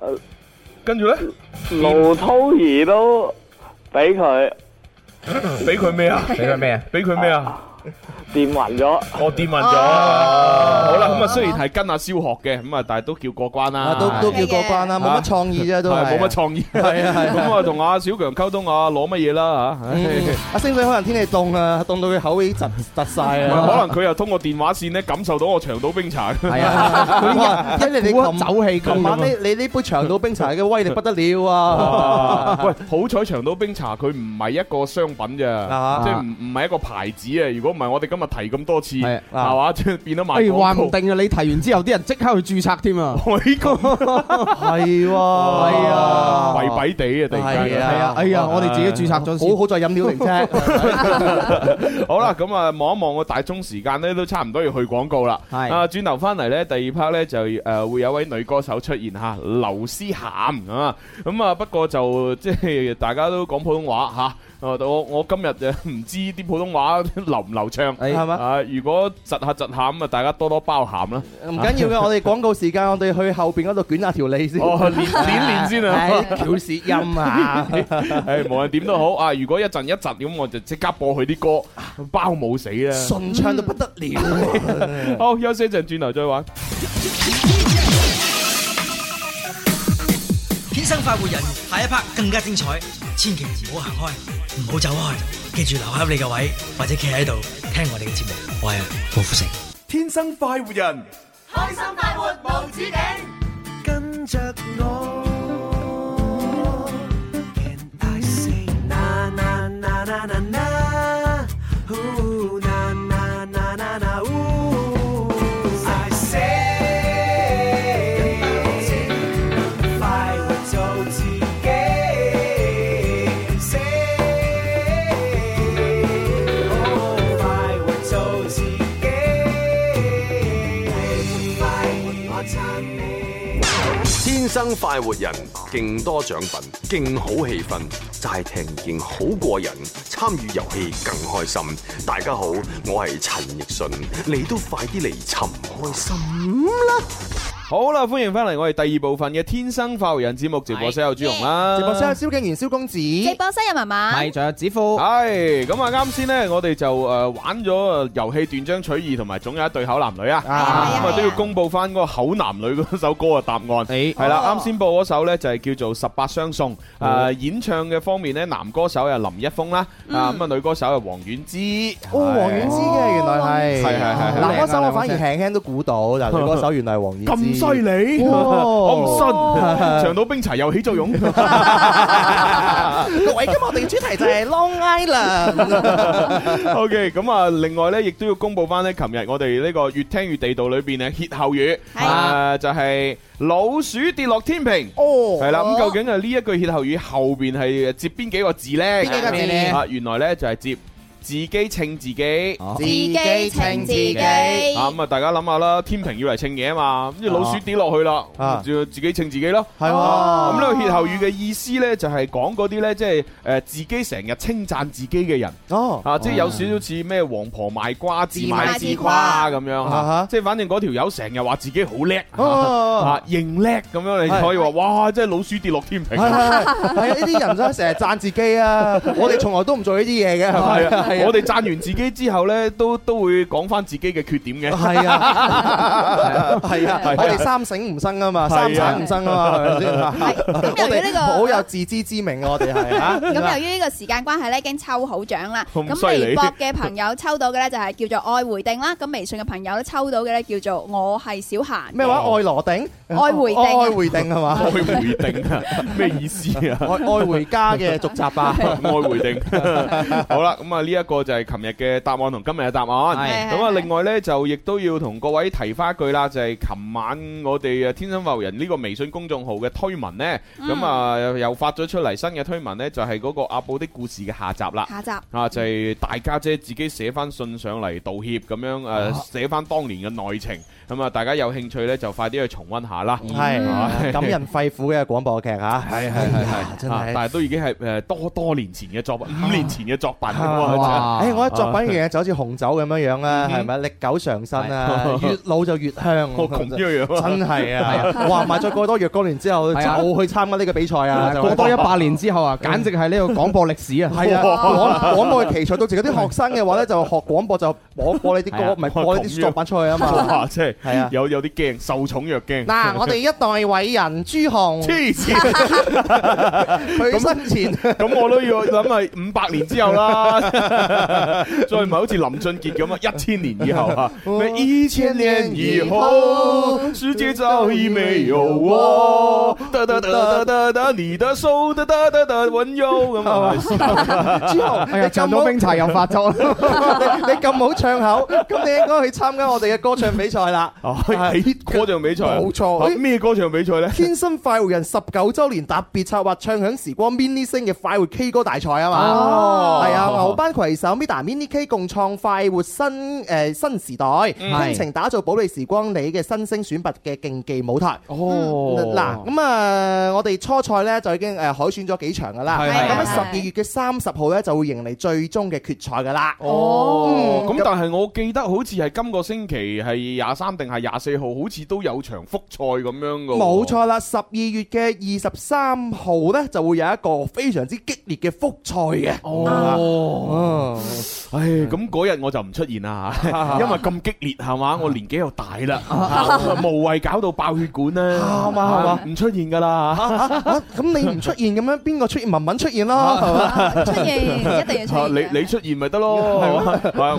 E: 嗯跟住咧，
K: 盧滔兒都俾佢
E: 俾佢咩啊？ 俾佢咩啊？俾佢咩啊？
K: 電暈咗。
E: 我掂問咗，好啦，咁啊，雖然係跟阿蕭學嘅，咁啊，但係都叫過關
F: 啊
E: 啦，
F: 都都叫過關啦，冇
E: 啊
F: 乜創意啫，都係
E: 係冇乜創意，
F: 係啊係啊
E: 咁啊，同阿小強溝通啊，攞乜嘢啦嚇，唉
F: 嗯 阿星仔可能天氣凍啊，凍到佢口已經窒窒晒
E: 可
F: 啊。
E: 能佢又通過電話線咧感受到我長島冰茶，
F: 係啊，哇！睇嚟你
G: 哎股一
F: 琴
G: 走氣咁啊
F: 琴晚呢
G: 樣，
F: 你呢杯長島冰茶嘅威力不得了 啊！
E: 哇喂，好彩長島冰茶佢唔係一個商品咋
F: 啊，
E: 即係唔唔係一個牌子啊，如果唔係我哋今日提咁多次，
F: 係
E: 係
F: 啊哎
E: 嘛，即係變咗
G: 不
E: 賣
G: 如話唔
E: 廣告。
G: 定啊！你提完之後，啲人即刻去註冊添啊！
E: 我呢個
F: 係喎，哎係啊，
E: 弊弊地啊，突然
F: 係
E: 間
F: 啊
G: 係啊，哎呀，我哋自己註冊咗
F: 好
G: 先。
F: 好再飲料嚟啫。
E: 好啦，咁啊望一望個大鐘時間咧，都差唔多要去廣告啦。
G: 係
E: 啊，轉頭翻嚟咧，第二 part 咧就誒會有位女歌手出現嚇，劉思涵啊。咁啊，不過就即係大家都講普通話嚇。啊我我今日誒唔知啲普通話流唔流暢，
G: 哎
F: 係嘛
E: 啊，如果窒下窒下咁啊，大家多多包涵 啦。
F: 唔緊要嘅，我哋廣告時間，我哋去後邊嗰度捲下條脷先。
E: 哦，練練練先啊！
F: 唉，翹舌音啊！
E: 誒，無論點都好啊，如果一陣一窒咁，我就即刻播佢啲歌，包冇死啦。
F: 順暢到不得了。
E: 好，休息一陣，轉頭再玩。
L: 天生快活人，下一 part 更加精彩，千祈唔好行開，唔好走開，記住留喺你嘅位，或者企喺度聽我哋嘅節目。我係啊郭富城。
B: 天生快活人，
A: 跟着我。And I say na na na na na na, ooh na na na na na ooh. I say 快活做自己，say 哦快活做自己，快活我撐你。
M: 天生快活人，勁多獎品，勁好氣氛，齋聽見好過癮，參與遊戲更開心。大家好，我係陳奕迅，你都快啲嚟尋開心。
E: 好啦，歡迎翻嚟我哋第二部分嘅《天生快活人》節目直播室有朱紅啦，
F: 直播室有蕭敬元、蕭公子。
C: 直播室有媽媽，
G: 係，仲有子夫。
E: 係咁啊！啱先呢，我哋就誒玩咗呃遊戲斷章取義，同埋總有一對口男女啊，咁
C: 啊係啊
E: 啊
C: 係啊
E: 都要公佈翻嗰個口男女嗰首歌嘅答案。
G: 誒
E: 係啦，
C: 哦
E: 啱先播嗰首呢，就係叫做《十八相送》。誒演唱嘅嗯啊方面呢，男歌手係林一峰啦，啊咁啊女歌手係黃婉之。
F: 哦，黃遠之嘅原來原來係。
E: 係，係，係，係。
F: 嗱，
E: 靚啊，
F: 嗰首我反而 輕輕都估到，但係嗰首原來係黃怡之。
E: 咁犀利？哦
F: 哇。
E: 我唔信，長島冰茶又起作用。
F: 各位，今日我哋嘅主題就係Long Island。
E: OK，咁啊，另外呢，亦都要公佈返呢，琴日我哋呢個越聽越地道裏邊嘅歇後語，啊，就係老鼠跌落天平。
F: 哦
E: 係啦，咁究竟啊，呢一句歇後語後邊係接邊幾個字呢？
J: 邊幾個字呢？
E: 啊，原來呢，就係接自己稱自己。
F: 哦
J: 自己稱自己。
E: 啊，咁啊，大家諗下啦，天平要嚟稱嘢啊嘛，咁老鼠跌落去啦，就自己稱自己咯。
F: 係喎。哦
E: 咁呢個歇後語嘅意思呢，就係講嗰啲呢，即係，誒，自己成日稱讚自己嘅人。
F: 哦
E: 啊，即係有少少似咩王婆賣瓜，自賣自
F: 自賣
E: 誇
F: 自誇。
E: 咁樣嚇。
F: 啊哈。
E: 即係反正嗰條友成日話自己好叻，啊
F: 哦。
E: 啊，認叻咁樣，你
F: 係。
E: 可以話，哇，真係老鼠跌落天平。
F: 係係係係啊！呢啲人真係成日讚自己 啊！我哋從來都唔做呢啲嘢嘅，係咪
E: 係啊，我哋讚完自己之後呢，都都會講翻自己嘅缺點嘅。
F: 係啊係啊，
E: 係
F: 我哋三省吾身啊嘛，
E: 係啊
F: 三省吾身啊嘛，係咪 先？我
J: 由於呢
F: 哋
J: 個
F: 好有自知之明啊，我哋係啊。
J: 咁由於呢個時間關係咧，已經抽好獎啦。
F: 咁
J: 咁
F: 犀利
J: 微博嘅朋友抽到嘅咧就係叫做愛回定啦，咁微信嘅朋友咧抽到嘅咧叫做我係小閒 嘅。
F: 咩話？愛羅定？
J: 愛回定啊
F: 愛回定係嘛？
E: 愛回定啊，咩意思啊？
F: 愛愛回家嘅續集啊吧。
E: 愛回定。好啦，咁啊呢一個就係琴日嘅答案同今日嘅答案。
F: 係
E: 咁啊，另外呢，就亦都要同各位提翻一句啦，就係琴晚我哋呃誒天生浮人呢個微信公眾號嘅推文呢，咁啊又發咗出嚟新嘅推文呢，就係嗰個阿寶的故事嘅下集啦。
J: 下集。
E: 啊，就係大家姐自己寫翻信上嚟道歉咁呃樣
F: 啊
E: 誒，寫翻當年嘅內情。咁啊，大家有興趣呢，就快啲去重温下啦。
F: 嗯係啊感人肺腑嘅廣播劇嚇。
E: 係係
F: 哎
E: 係
F: 呀
E: 係，
F: 真
E: 啊
F: 係
E: 但。係都已經係誒多多年前嘅作品，五年前嘅作品
F: 啊哇！
E: 真係
F: 誒，我覺得作品嘅嘢就好似紅酒咁樣樣啦，
E: 嗯
F: 係咪歷久常新啊
E: 係？
F: 越老就越香，
E: 我窮呢樣嘢啊
F: 真係
E: 係
F: 啊！
E: 啊
F: 哇！咪再過多若干年之後就
G: 係啊
F: 去參加呢個比賽啊！
G: 過多一百年之後啊，簡直係呢個廣播歷史啊！
F: 係啊，廣廣播嘅奇才到時嗰啲學生嘅話咧，就學廣播就播播你啲
E: 係
F: 歌，
E: 啊
F: 唔係播你啲作品出去啊
E: 哇！
F: 嘛。
E: 真係
F: 係啊
E: 有有啲驚，受寵若驚。
F: 嗱，我哋一代偉人朱紅，
E: 黐線，
F: 佢生前
E: 咁我都要諗係五百年之後啦， 再唔係好似林俊傑咁啊，一千年以後啊，咩一千年以後，世界早已沒有我，得得得得得，你的手得得得得温柔咁啊，
F: 朱紅，
G: 哎呀
F: 你咁
G: 長島
F: 好
G: 冰茶又發作啦
F: 你咁好唱口，咁你應該去參加我哋嘅歌唱比賽啦。
E: 哦，喺歌唱比賽啊，
F: 冇錯
E: 啊咩歌唱比賽咧？
F: 天生快活人十九周年特別策劃唱響時光 mini 星嘅快活 K 歌大賽啊
E: 哦
F: 嘛，係啊，牛班攜手 Mida Mini K 共創快活新誒新時代，
G: 嗯
F: 傾情打造保利時光里嘅新星選拔嘅競技舞台。
E: 哦
F: 嗱咁啊，我哋初賽咧就已經呃誒海選咗幾場噶啦，
E: 係係
F: 咁啊
E: 係
F: 十二月嘅三十號咧就會迎嚟最終嘅決賽噶啦。
E: 哦，
F: 嗯
E: 咁但係我記得好似係今個星期係廿三定係廿四號，好似都有場復賽咁樣噶。
F: 冇錯啦，十二月嘅二十三號呢，就會有一個非常之激烈嘅復賽嘅。
E: 哦，唉，
F: 嗯
E: 咁嗰日我就唔出 現啦嚇，因為咁激烈係嘛，
F: 嗯
E: 我年紀又大啦， 無謂搞到爆血管啦，係
F: 嘛係嘛
E: 唔出現㗎啦嚇。
F: 啊咁你唔出現咁樣，邊個出現？文文出現 啦，係嘛？
J: 出 現一定要出
E: 啊
J: 現。
E: 你你出現咪得咯，係嘛？我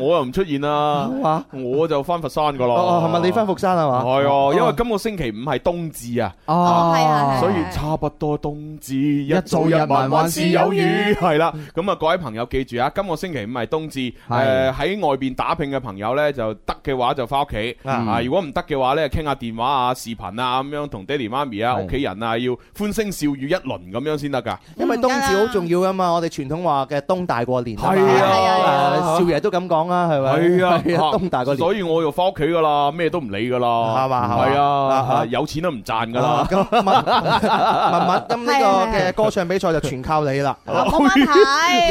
E: 我又唔出現 啦，我就翻佛山噶
F: 哦，
E: 咯。
F: 係咪你翻？佛山哦係嘛？
E: 係啊，因為今個星期五係冬至啊，
F: 哦
E: 啊所以差不多冬至一早一晚還是有雨，係啦。咁啊，各位朋友記住啊，今個星期五係冬至，誒喺外邊打拼嘅朋友呢，就得嘅話就翻屋企啊，如果唔得嘅話呢，傾下電話啊、視頻啊咁樣，同爹哋媽咪啊、屋企人啊要歡聲笑語一輪咁樣先得㗎。
F: 因為冬至好重要噶嘛，我哋傳統話嘅冬大過年嘛。
E: 係啊係啊係啊
F: 誒少爺都咁講啦，係咪？
E: 係 啊，
F: 係冬大過年。
E: 所以我又翻屋企噶啦，咩都唔理噶啦，
F: 嘛係
E: 係
F: 嘛
E: 係
F: 啊
E: 啊
F: 啊，
E: 有錢都唔賺噶啦。
F: 咁文文文咁呢個嘅歌唱比賽就全靠你啦。
J: 冇問 題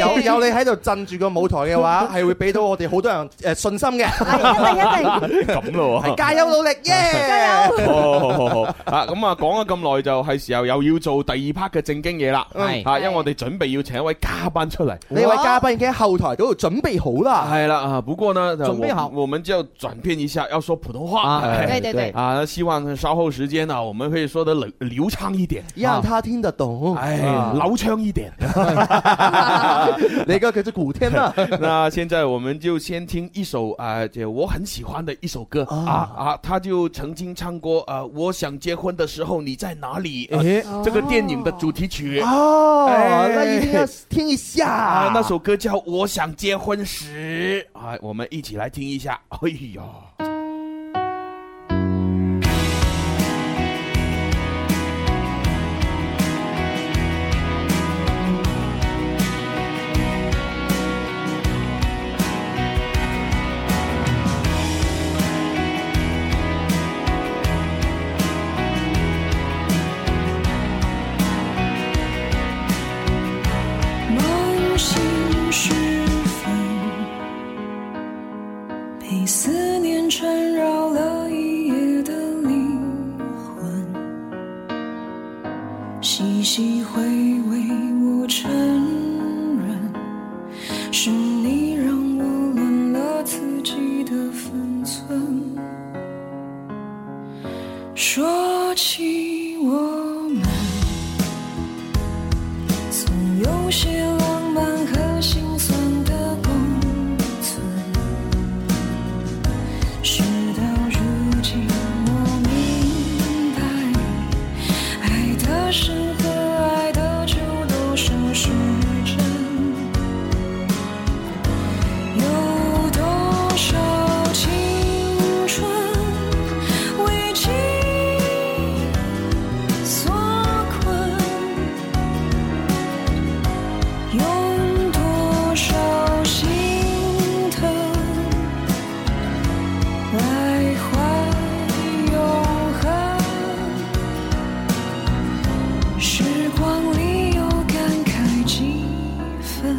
F: 有 有你喺度鎮住個舞台嘅話，係會俾到我哋好多人誒信心嘅。
E: 一定一定咁咯喎
F: 係加油努力，耶！加油！
E: 哦，好好好啊！咁啊，講咗咁耐，就係時候又要做第二 part 嘅正經嘢啦。
F: 嗯係
E: 啊，因為我哋準備要請一位嘉賓出嚟。
F: 呢位嘉賓已經喺後台嗰度準備好啦。
E: 係啦啊，不過呢，就
F: 準備好
E: 我我们就要轉變一下，要說普通話。
F: 啊
E: 哎
F: 對對對
E: 啊，希望稍後時間呢，我們可以說得流流暢一點。啊
F: 讓他聽得懂，啊
E: 哎，流暢一點。
F: 你嗰句这古天啊呐、
E: 那现在我们就先听一首啊，这、我很喜欢的一首歌啊啊，他就曾经唱过啊，呃我想结婚的时候你在哪里？啊
F: 诶
E: 这个电影的主题曲
F: 哦，
E: 哎
F: 那一定要听一下。
E: 啊，那首歌叫《我想结婚时》啊，我们一起来听一下。哎呀，
N: 梦醒时分，被思念缠绕了一夜的灵魂，细细回味，我承认，是你让我乱了自己的分寸。说起我们。总有些浪漫和心酸的共存，事到如今我明白，爱的深和爱的久多少是真，有多少青春为情所困。有多少心疼，来换永恒？时光里有感慨几分？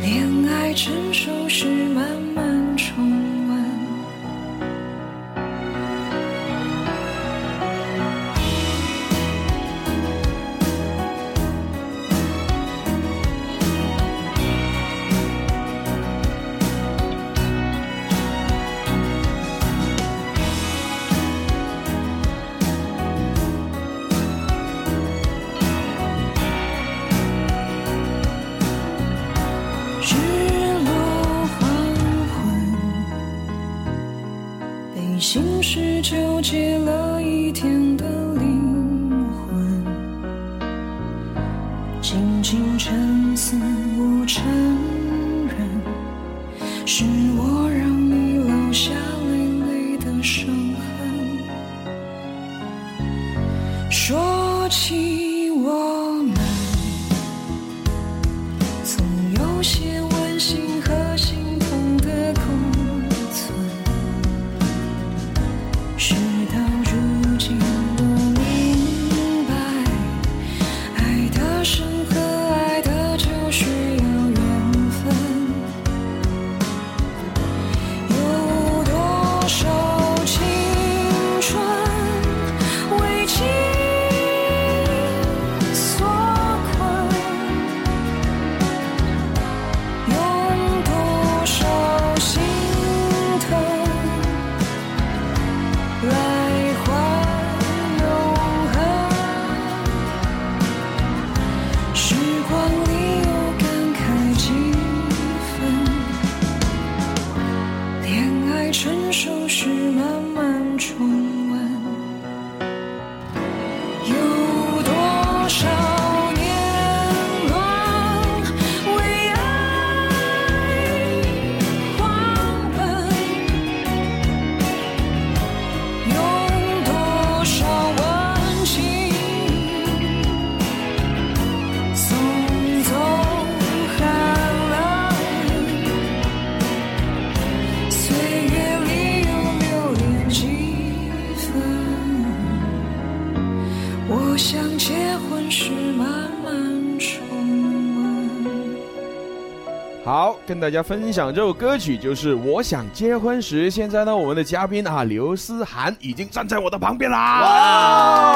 N: 恋爱成熟时慢慢重温。日落黄昏，被心事纠结了一天的灵魂，静静沉思，我承认，是我让你留下累累的伤痕。说起我们。总有些温馨和心痛的共存。事到如今，我明白，爱的深和爱的久需要缘分。
E: 好，跟大家分享这首歌曲就是《我想结婚时》。现在呢，我们的嘉宾啊，刘思涵已经站在我的旁边啦。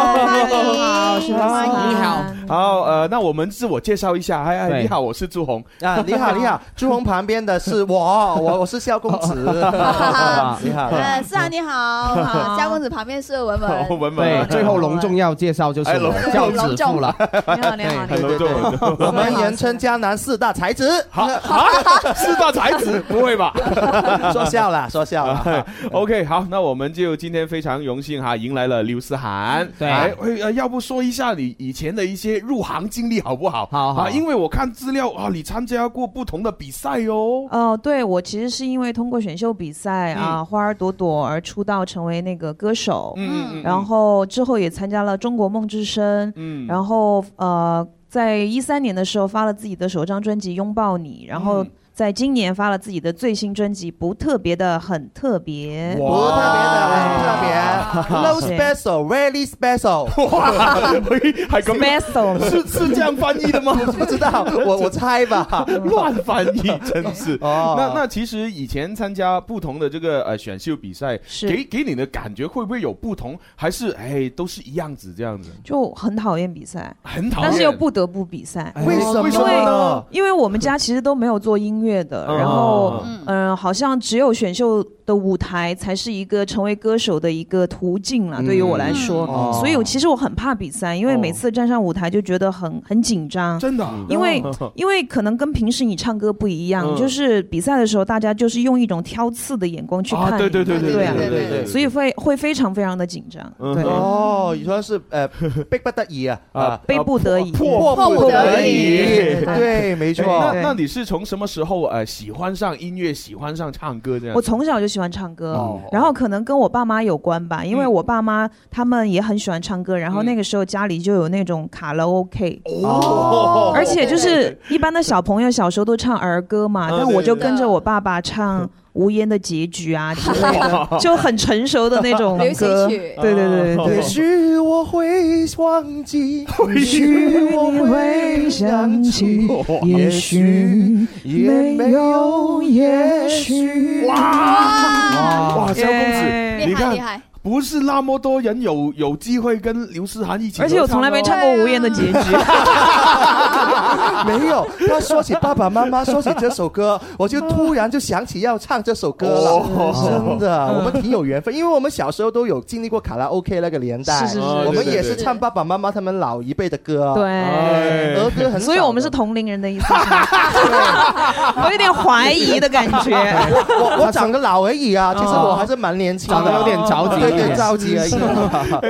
O: 好，徐欢哦迎，你好。
E: 好，呃，那我们自我介绍一下。哎哎，
F: 对
E: 你好，我是朱红。
F: 啊，你好，你好，朱红旁边的是我，我我是萧公子，啊你 好。
J: 呃，思涵你好，哈萧公子旁边是文文，
E: 文
G: 对，最后隆重要介绍就是
F: 哎隆重
G: 教子父了。
J: 你好你 好
F: 你好
E: 隆重隆重
F: 我们人称江南四大才子，
E: 好啊，四大才子，不会吧？
F: 说笑了，说笑了。
E: OK，好，那我们就今天非常荣幸哈，迎来了刘思涵。
F: 对
E: 哎，哎呃要不说一下你以前的一些入行经历好不好？好
O: 好
E: 啊，因为我看资料啊，你参加过不同的比赛哦。
O: 哦，对我其实是因为通过选秀比赛啊，
E: 嗯
O: 花儿朵朵》而出道，成为那个歌手。
E: 嗯嗯嗯
O: 然后之后也参加了《中国梦之声》。
E: 嗯
O: 然后呃，在一三年的时候发了自己的首张专辑《拥抱你》，然后
E: 嗯
O: 在今年发了自己的最新专辑《不特别的很 特
E: 嗯
O: 别》。
F: 不特别的，很特 别
O: 哇
F: ，no special, really special。
E: 哇，喂，哎还咁
O: special
E: 是是这样翻译的 吗？
F: 不知道， 我我猜吧，
E: 乱翻 译真是。
F: 哦
E: 那那其实以前参加不同的这个呃选秀比赛，
O: 是
E: 给给你的感觉会不会有不同？还是哎都是一样子这样子？
O: 就很讨厌比赛，
E: 很讨厌
O: 但是又不得不比赛。
E: 哎为什么为什么呢
O: 因为因为我 们家其实都没有做音乐的，
F: 哦
E: 嗯
O: 然后嗯、呃好像只有选秀的舞台才是一个成为歌手的一个途径啦。
P: 嗯
O: 对于我来说，
P: 哦
O: 所以我其实我很怕比赛，因为每次站上舞台就觉得很很紧张。
E: 真的，
O: 因为
P: 嗯
O: 因为可能跟平时你唱歌不一样，
P: 嗯
O: 就是比赛的时候大家就是用一种挑刺的眼光去看
F: 啊
O: 你，
F: 对对对对
O: 啊
F: 对对对对对
O: 所以会会非常非常的紧张。对。
F: 哦，你说是 呃，逼不得已啊，啊，
O: 呃被不得已，
F: 迫迫不得已，对，没错
E: 哎。那那你是从什么时候呃喜欢上音乐，喜欢上唱歌这样？
O: 我从小就喜欢唱歌，
E: 哦
O: 然后可能跟我爸妈有关吧，因为
F: 嗯
O: 我爸妈他们也很喜欢唱歌，然后那个时候家里就有那种卡拉 OK，、
E: 哦
O: 而且就是一般的小朋友小时候都唱儿歌嘛，
F: 啊
E: 嗯
O: 但我就跟着我爸爸
F: 嗯
O: 唱。无言的结局啊之类的，就很成熟的那 种
F: 流行
O: 歌。
F: 曲
O: 对对对对对，
F: 也许我会忘记，哦 也许我会想起，哦也许也没有也许。
E: 哇 哇，萧公
O: 耶
E: 子，你
O: 厉害
E: 看
O: 厉害
E: 不是那么多人有有机会跟刘诗涵一起，哦
O: 而且我从来没唱过无言的结局。
F: 没有，他说起爸爸妈妈，说起这首歌， 我就突然就想起要唱这首歌了。真的，我们挺有缘分，因为我们小时候都有经历过卡拉 OK 那个年代，
O: 是是是
E: 啊
F: 我们也是
O: 是是
F: 唱爸爸妈妈他们老一辈的歌。
E: 哎
F: 儿
O: 对，
F: 歌哦很少
O: 所以我们是同龄人的意思是 吗。我有点怀疑的感觉。
F: 我我长得老而已啊，其实我还是蛮年轻的，
E: 长得有点着急
F: 对对，着急而已。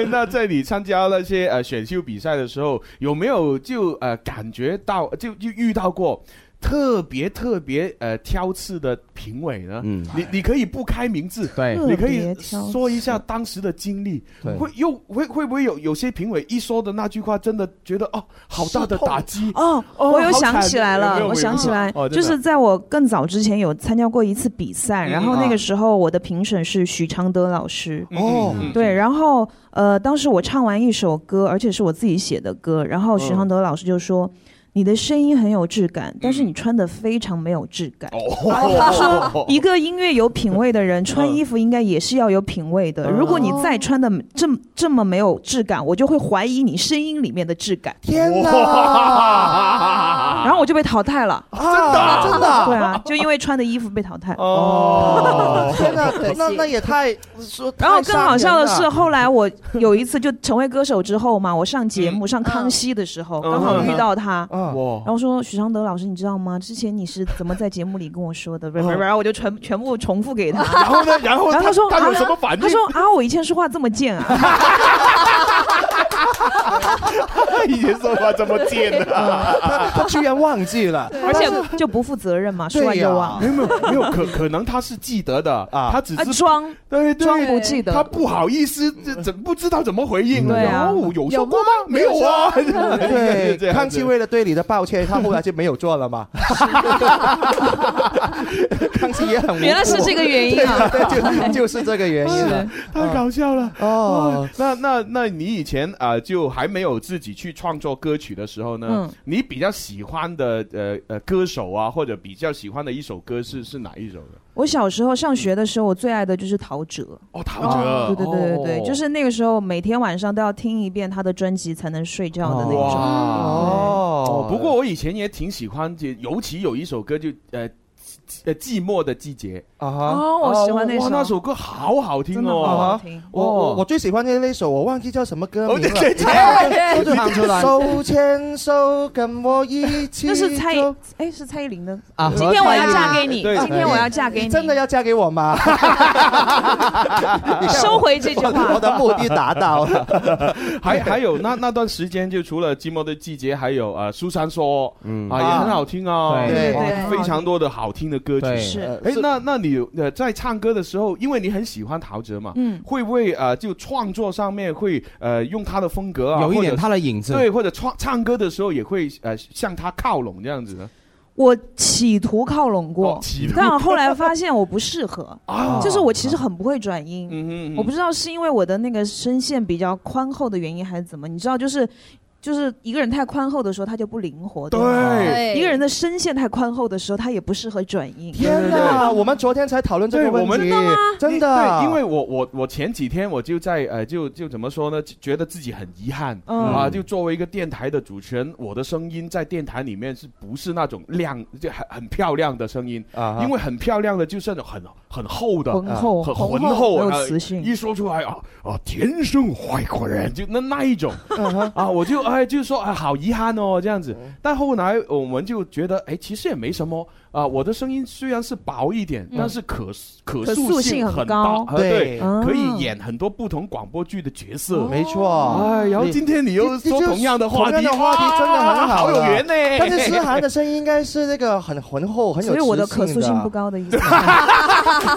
E: 哎，那在你参加那些呃选秀比赛的时候，有没有就呃感觉到就就遇到过特别特别呃挑刺的评委呢？嗯，你你可以不开名字，对你可
O: 特别
E: 以
O: 挑刺
E: 说一下当时的经历，
F: 对
E: 会又会会不会有有些评委一说的那句话，真的觉得哦好大的打击
O: 哦，我有想起来了，我想起
P: 哦
O: 来，就是在我更早之前有参加过一次比赛，
P: 嗯
O: 然后那个时候我的评审是许常德老师。
P: 哦嗯
O: 对，然后呃，当时我唱完一首歌，而且是我自己写的歌，然后
P: 嗯
O: 许常德老师就说。你的声音很有质感，但是你穿的非常没有质感。他
P: 哦
O: 说，
E: 哦
O: 一个音乐有品味的
P: 嗯
O: 人穿衣服应该也是要有品味的。如果你
P: 哦
O: 再穿的这么这么没有质感，我就会怀疑你声音里面的质感。
F: 天
P: 啊
O: 然后我就被淘汰了，真
E: 啊
F: 的啊真的
O: 对啊，就因为穿的衣服被淘
E: 哦
O: 汰。
F: 哦天哪那那也太说。
O: 然后
F: 太
O: 更
F: 伤
O: 好笑的
F: 人
O: 是，
F: 了
O: 后来我有一次就成为歌手之后嘛，我上节目上康熙的时候，刚好遇到他，
F: 嗯
E: 哇
O: 然后说许常德老师，你知道吗？之前你是怎么在节目里跟我说的？不是不是，然后我就全全部重复给他。
E: 然后呢然后他
O: 然后他说
E: 他有
O: 啊
E: 什么反应
O: 他说啊，我以前说话这么贱啊。
E: 以前说话这么贱啊
F: 他他居然忘记了，
O: 而且就不负责任嘛，说完就 忘
E: 没。有没有没有，可可能他是记得的啊，他只
O: 啊
E: 是
O: 装
E: 对对
O: 装不记得
E: 他不好意思，这怎不知道怎么回应了？
O: 对啊
E: 哦有说
O: 有
E: 过吗？没有啊，
F: 对，
E: 这样子
F: 康熙为了对你的抱歉，他后来就没有做了嘛。康熙也很无辜
E: 原来是这个原因啊
F: 对对就就是这个原因了。
E: 太搞笑了
F: 哦
E: 那那那你以前啊，就就还没有自己去创作歌曲的时候呢，
O: 嗯
E: 你比较喜欢的呃呃歌手啊，或者比较喜欢的一首歌是是哪一首呢？
O: 我小时候上学的时候，我最爱的就是陶喆。
E: 哦，陶
O: 喆
E: 哦
O: 对对对对对，
E: 哦
O: 就是那个时候每天晚上都要听一遍他的专辑才能睡觉的那种。
E: 哦，不过我以前也挺喜欢，就尤其有一首歌就呃。呃，寂寞的季节
F: 啊哈
O: 哦我喜欢那
E: 哇
O: 首
E: 那首歌好好听哦，
F: 我我我最喜欢的那首，我忘记叫什么歌名了
E: 哦对对对。
F: 我就
E: 唱出来
F: 手牵手，跟我一起走。
O: 那是蔡哎，是蔡依林的。
F: 啊
O: 今天我要
F: 和
O: 嫁
F: 蔡依
O: 给
F: 林
O: 你，
F: 对
O: 今天我要嫁给
F: 你
O: 你。
F: 真的要嫁给我吗？你看我
O: 收回 这句话
F: 我的目的达到了。
E: 还还有那那段时间，就除了《寂寞的季节》，还有呃《苏珊说》，
G: 嗯
E: 啊也
F: 啊
E: 很好听啊，
F: 对
E: 哇
F: 对对
E: 非常多的好听的歌曲。
F: 对是
E: 哎，那那你呃在唱歌的时候，因为你很喜欢陶喆嘛，
O: 嗯
E: 会不会呃就创作上面会呃用他的风格啊，
G: 有一点
E: 或者
G: 他的影子
E: 对，或者唱唱歌的时候也会呃向他靠拢这样子呢？
O: 我企图靠拢过，
E: 哦企图
O: 但我后来发现我不适合，就是我其实很不会转音，
E: 嗯
O: 我不知道是因为我的那个声线比较宽厚的原因还是怎么，你知道就是。就是一个人太宽厚的时候，他就不灵活。吧
F: 对
O: 哎
J: 哎
O: 一个人的声线太宽厚的时候，他也不适合转音。
F: 天哪！我们昨天才讨论这
E: 对
F: 个问
E: 我
F: 题，
E: 们
F: 真的，啊
E: 对，因为我我我前几天我就在呃，就就怎么说呢，觉得自己很遗憾、
F: 嗯
E: 啊，就作为一个电台的主持人，我的声音在电台里面是不是那种亮就很很漂亮的声音
F: 啊哈
E: 因为很漂亮的就是那种很很厚的，
O: 浑
F: 哦
O: 厚
E: 很
O: 浑
E: 浑
O: 厚
E: 厚，
O: 没有
E: 呃
O: 磁性
E: 一说出来啊啊，天生外国人，就那那 一种
F: 嗯
E: 啊，我就哎就说啊，好遗憾哦这样子。但后来我们就觉得，哎，其实也没什么啊，我的声音虽然是薄一点，
O: 嗯
E: 但是可可
O: 可
E: 塑
O: 塑性很
E: 很
O: 高
E: 大啊
O: 对
E: 对，
O: 嗯
E: 可
F: 啊
E: 以演很多不同广播剧的角色，
F: 没错。
E: 哎，然后今天你又说同样的话
F: 同
E: 题，
F: 样的话题
E: 哇
F: 真的很好
E: 好
F: 的
E: 有缘呢。
F: 但是诗涵的声音应该是那个很浑厚，很有
O: 所以我的
F: 磁
O: 可
F: 性
O: 塑性
F: 的
O: 不高 的意思。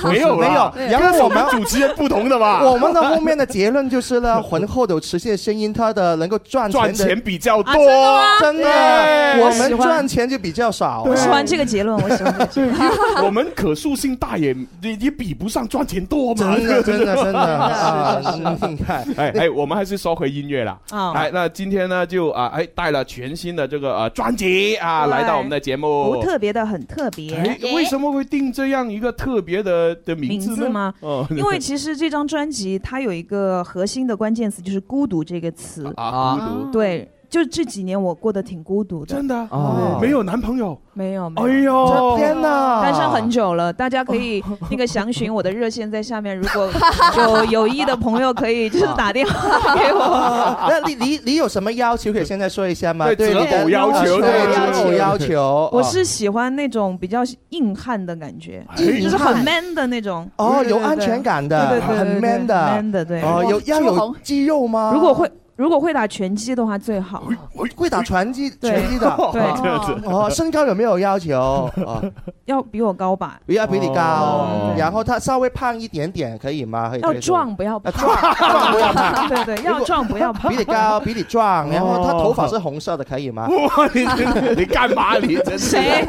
E: 没有
F: 没有
E: 啦，
F: 然
E: 跟
F: 后我
E: 们
F: 们
E: 主持人不同的嘛。
F: 我们的后面的结论就是 呢，浑厚的磁性的声音，它的能够赚钱
E: 赚
F: 的
E: 钱比较多，
O: 啊
F: 真的，
E: 对
F: 我
E: 我喜
F: 们
E: 欢
F: 赚钱就比较少。啊
O: 我喜欢这个结论，我喜欢这个结论。
E: 我们可塑性大也也也比不上赚钱多嘛。
F: 真的真的真的啊
E: 是是是
F: 你看
E: 哎哎，我们还是说回音乐啦。
O: 啊
E: 哎，那今天呢就啊哎带了全新的这个呃专辑啊
O: 对
E: 来到我们的节目。
O: 不特别的很特
E: 哎
O: 别。，
E: 为什么会定这样一个特别的的名字
O: 名字
E: 呢？
O: 吗
E: 哦
O: 因 为其实这张专辑它有一个核心的关键词就是“孤独”这个词
E: 啊孤独
O: 对，就这几年我过得挺孤独的，
E: 真的
F: 哦
E: 没有男朋友，
O: 没有，没有
E: 哎
O: 哦
E: 呦，
F: 天哪！
O: 单身很久了，大家 可以那个详询我的热线在下面，如果有有意的朋友可以就是
E: 啊
O: 打电话给我。
F: 那你你你有什么要求可以现在说一下吗？
E: 哦对
F: 对
E: 择
F: 你的
E: 偶要求
F: 对
E: 对
F: 择偶要求。
O: 我是喜欢那种比较硬汉的感觉，
E: 哎
O: 就是很 man 的那种。
F: 哦，
O: 对对
F: 有
O: 对
F: 安全感
O: 对
F: 的，
O: 对对对
F: 很
O: 对
F: man 的
O: ，man 的，对。
F: 哦，有要有肌肉吗？
O: 如果会如果会打拳击的话最好。
F: 哎会打拳击
O: 对
F: 拳击的，
O: 对
F: 哦
O: 这样子
F: 哦，身高有没有要 求？哦，
O: 要比我高吧，
F: 要比你高
O: 哦，
F: 然后他稍微胖一点点可以吗？可以
O: 要
F: 接受
O: 壮不要
F: 啊
O: 胖，，
F: 壮壮不要胖
O: 对对，要壮不要 胖，
F: 比你高，比你壮，然后他
E: 哦
F: 头发是红色的，可以吗？
E: 哇，你你你干嘛？你真是
O: 谁？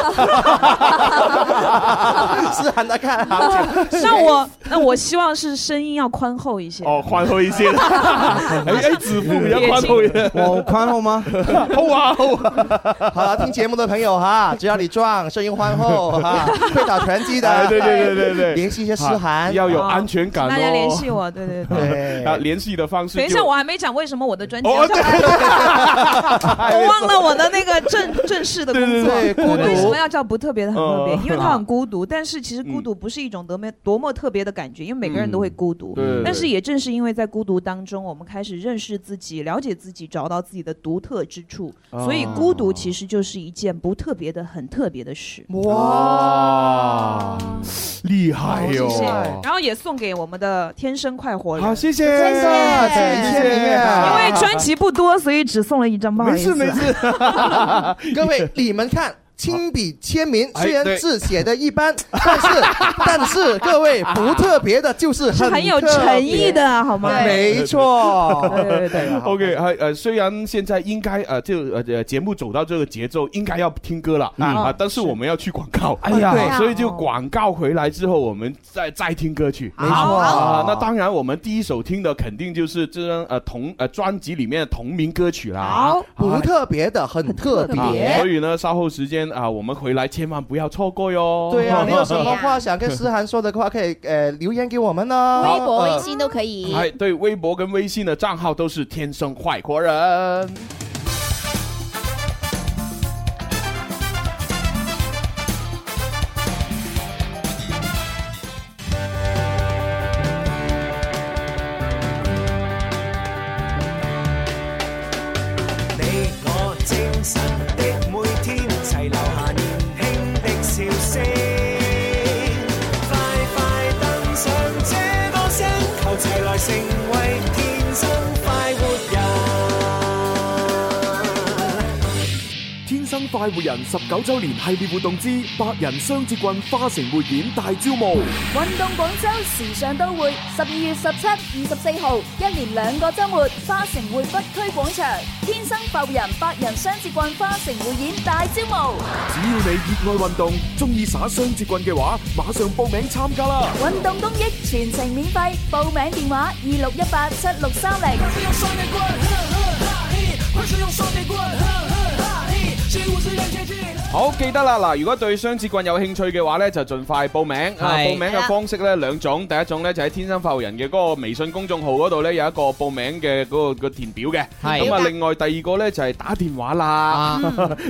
O: 哦
F: 是很难看啊，
O: 那我那我希望是声音要宽厚一些。
E: 哦，宽厚一 些的，哎哎，指腹比较宽厚一点，
G: 我宽厚吗？
E: 厚啊厚啊。
F: 好了，听节目的朋友哈，只要你壮，声音宽 厚哈，会打拳击
E: 哎
F: 的，
E: 对对对对 对
F: 联系一下诗
E: 啊
F: 涵，
E: 要有
O: 好
E: 安全感哦。
O: 大家联系我，对对对。
F: 对
E: 啊，联系的方式就。
O: 等一下，我还没讲为什么我的专辑
E: 哦
O: 要
E: 对
O: 叫
E: 对
O: 《我忘了我的那个正正式的工作
F: 对对对孤。独
O: 为什么要叫不特别的很特别
E: 嗯？
O: 因为它很孤独，但是其实孤独不是一种多么多么特别的感觉，因为每个人都会孤独
E: 嗯对对对。
O: 但是也正是因为在孤独当中，我们开始认识自己、了解自己、找到自己的独特之处。
E: 啊
O: 所以孤独其实就是一件不特别的、很特别的事。
E: 哇，厉
F: 哎
E: 害
O: 谢谢
E: 哟！。
O: 然后也送给我们的天生快活人
E: 好，。谢谢，
F: 真的，
E: 谢
F: 在
E: 谢
F: 千里面
O: 因
F: 啊，
O: 为专辑不多，所以只送了一张，不好
E: 没
O: 意思
E: 事
O: 啊。
E: 没事，
F: 各位你们看。亲笔签名，虽然
E: 哎对
F: 字写的一般，但是但是各位不特别的，就是
O: 是很有
F: 特别
O: 诚意的好吗？
F: 没错，
E: OK，还呃，虽然现在应该呃，就呃呃节目走到这个节奏，应该要听歌了
G: 嗯
E: 啊
G: 哦，
E: 但是我们要去广告，
G: 哎呀
E: 对
G: 哎呀
E: 所以就广告回来之后，我们再再听歌曲，
G: 没错好
E: 啊。那当然，我们第一首听的肯定就是这张呃同呃专辑里面的同名歌曲啦。
P: 哎
F: 好，不特别的，很特
E: 啊
F: 别。
E: 所以呢，稍后时间啊，我们回来千万不要错过哟。
F: 对啊，你有什么话想跟思涵说的话，可以呃留言给我们呢。
J: 微博、微信都可 以。
E: 哎，对，微博跟微信的账号都是天生快活人。
P: 你我精神的每天，齊留下年輕的笑聲。快快登上這歌聲，求齊來成為天生快活人。
B: 天生快活人十九周年系列活動之百人雙節棍花城匯演大招募。
C: 運動廣州時尚都會，十二月十七、二十四號，一連兩個週末，花城匯北區廣場，天生浮人百人雙節棍花城匯演大招募，
B: 只要你熱愛運動，中意耍雙節棍嘅話，馬上報名參加啦！
C: 運動公益全程免費，報名電話二六一八七六三
P: 零。
E: 好記得啦，嗱，如果對雙節棍有興趣嘅話呢，就盡快報名。啊，
P: 係
E: 報名嘅方式呢，兩種，第一種呢，就喺天生發育人嘅嗰個微信公眾號嗰度呢，有一個報名嘅嗰個個填表嘅。
P: 係
E: 咁啊，另外第二個呢，就係打電話啦，
F: 啊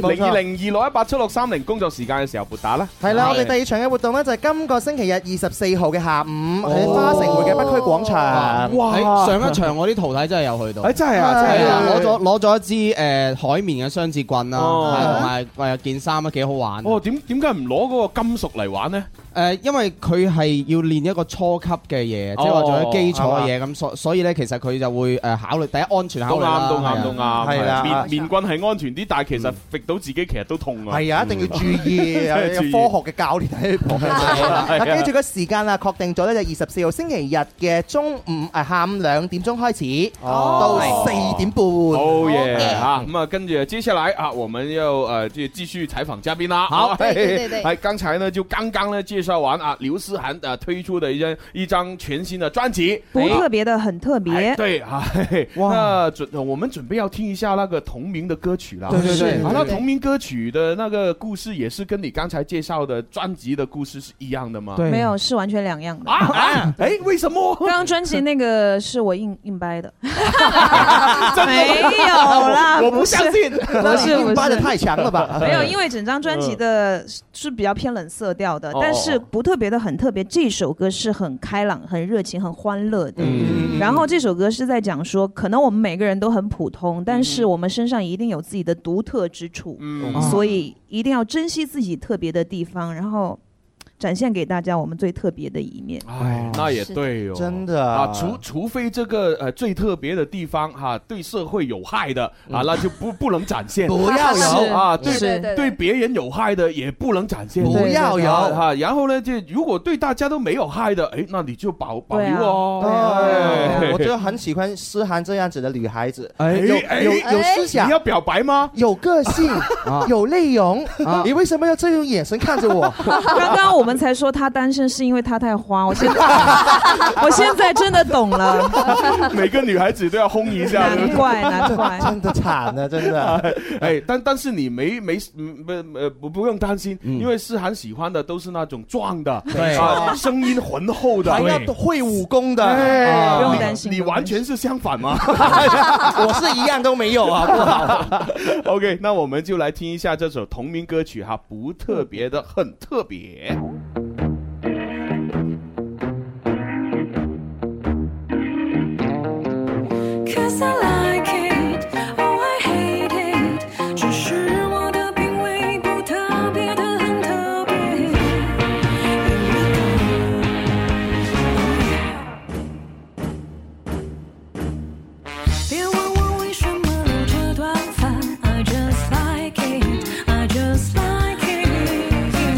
F: 冇
E: 零
F: 錯
E: 二零二六一八七六三零工作時間嘅時候撥打啦。
F: 呃系啦，我哋第二場嘅活動呢，就係今個星期日二十四號嘅下午喺花城匯嘅北區廣場。
G: 哇！上一場我啲徒弟真係有去到，
F: 哎真係啊
G: 係
F: 真係啊
G: 攞咗攞咗一支誒海綿嘅雙節棍啦，
E: 哦
G: 係同埋誒件衫啊，幾好玩。
E: 哦，點點解唔攞嗰個金屬嚟玩呢？
G: 誒，因為佢係要練一個初級嘅嘢，即係話做啲基礎嘢咁，所所以咧，其實佢就會誒考慮第一安全考慮
E: 都
G: 啦
E: 啱，都啱，都
G: 係啊
E: 啱。面面棍係安全啲，但係其實揈到自己其實都痛啊。
F: 係啊，一定要注 意，有有
E: 注意
F: 科學嘅教練喺度。
E: 係啊
F: 嗱，跟住個時間啊，確定咗呢，就二十四號星期日嘅中午啊下午兩點鐘開始，到四點半。
E: 哦
F: 哦
E: 耶！啊，咁啊，跟着接下来啊，我们要呃继继续采访嘉宾啦。
P: 好对对对对
E: 哎，刚才呢就刚刚呢介绍完啊，刘思涵啊推出的一张一张全新的专辑，
O: 不特
E: 哎。
O: 别的，很特别。
E: 对啊，嘿嘿那准我们准备要听一下那个同名的歌曲啦。
G: 对对对
E: 啊
G: 对
E: 那
G: 对
E: 同名歌曲的那个故事也是跟你刚才介绍的专辑的故事是一样的吗？
O: 没。有，是完全两样 的。
E: 哎，为什么？
O: 刚刚专辑那个是我硬硬掰的，
P: 真的吗
O: 没有啦，
P: 我不
O: 是
P: 相信
O: 不是
F: 硬掰得太强了 吧
E: 哎
O: 没有，因为整张
P: 嗯
O: 专辑的是比较偏冷色调的
F: 哦，
O: 但是不特别的很特别。这首歌是很开朗、很热情、很欢乐
F: 嗯
O: 的。
P: 嗯
O: 嗯
E: 嗯
O: 然后这首歌是在讲说，可能我们每个人都很普通，但
P: 嗯
O: 是我们身上一定有自己的独特之处，
E: 嗯
F: 哦
O: 所以一定要珍惜自己特别的地方，然后展现给大家我们最特别的一面。
E: 哎，那也对哦，
F: 真的
E: 啊，除除非这个呃最特别的地方哈、对社会有害的啊，那就不不能展现，
F: 嗯不要 有
E: 啊，
F: 是
E: 对
F: 是
E: 对别人有害的也不能展现，
F: 不要有
E: 啊哈、然后呢，就如果对大家都没有害的，哎，那你就保保
F: 对
E: 留
F: 啊
E: 哦，
F: 对啊
E: 哎
F: 我就很喜欢思涵这样子的女孩子，
E: 哎
F: 有
E: 哎
F: 有有思想，
E: 你要表白 吗？
F: 有个性，有内容
O: 啊。
F: 你为什么要这种眼神看着我？
O: 刚刚我们才说他单身是因为他太花，我现在 我现在真的懂了。
E: 每个女孩子都要轰一 下，
O: 难怪难 怪
F: 真的惨了，真的。
E: 哎，但但是你没没嗯不呃不不用担心，因为思涵喜欢的都是那种壮的，
F: 对
E: 啊，声音浑厚的，
F: 还要会武功的，
E: 哎
F: 啊
E: 不用担心你完全是相反嘛。
F: 我是一样都没有啊，不好。
E: OK，那我们就来听一下这首同名歌曲哈，不特别的很特别。
N: Cause I like it, oh I hate it，只是我的品味不特别的很特别。别问我为什么留着短发，I just like it，I just like it。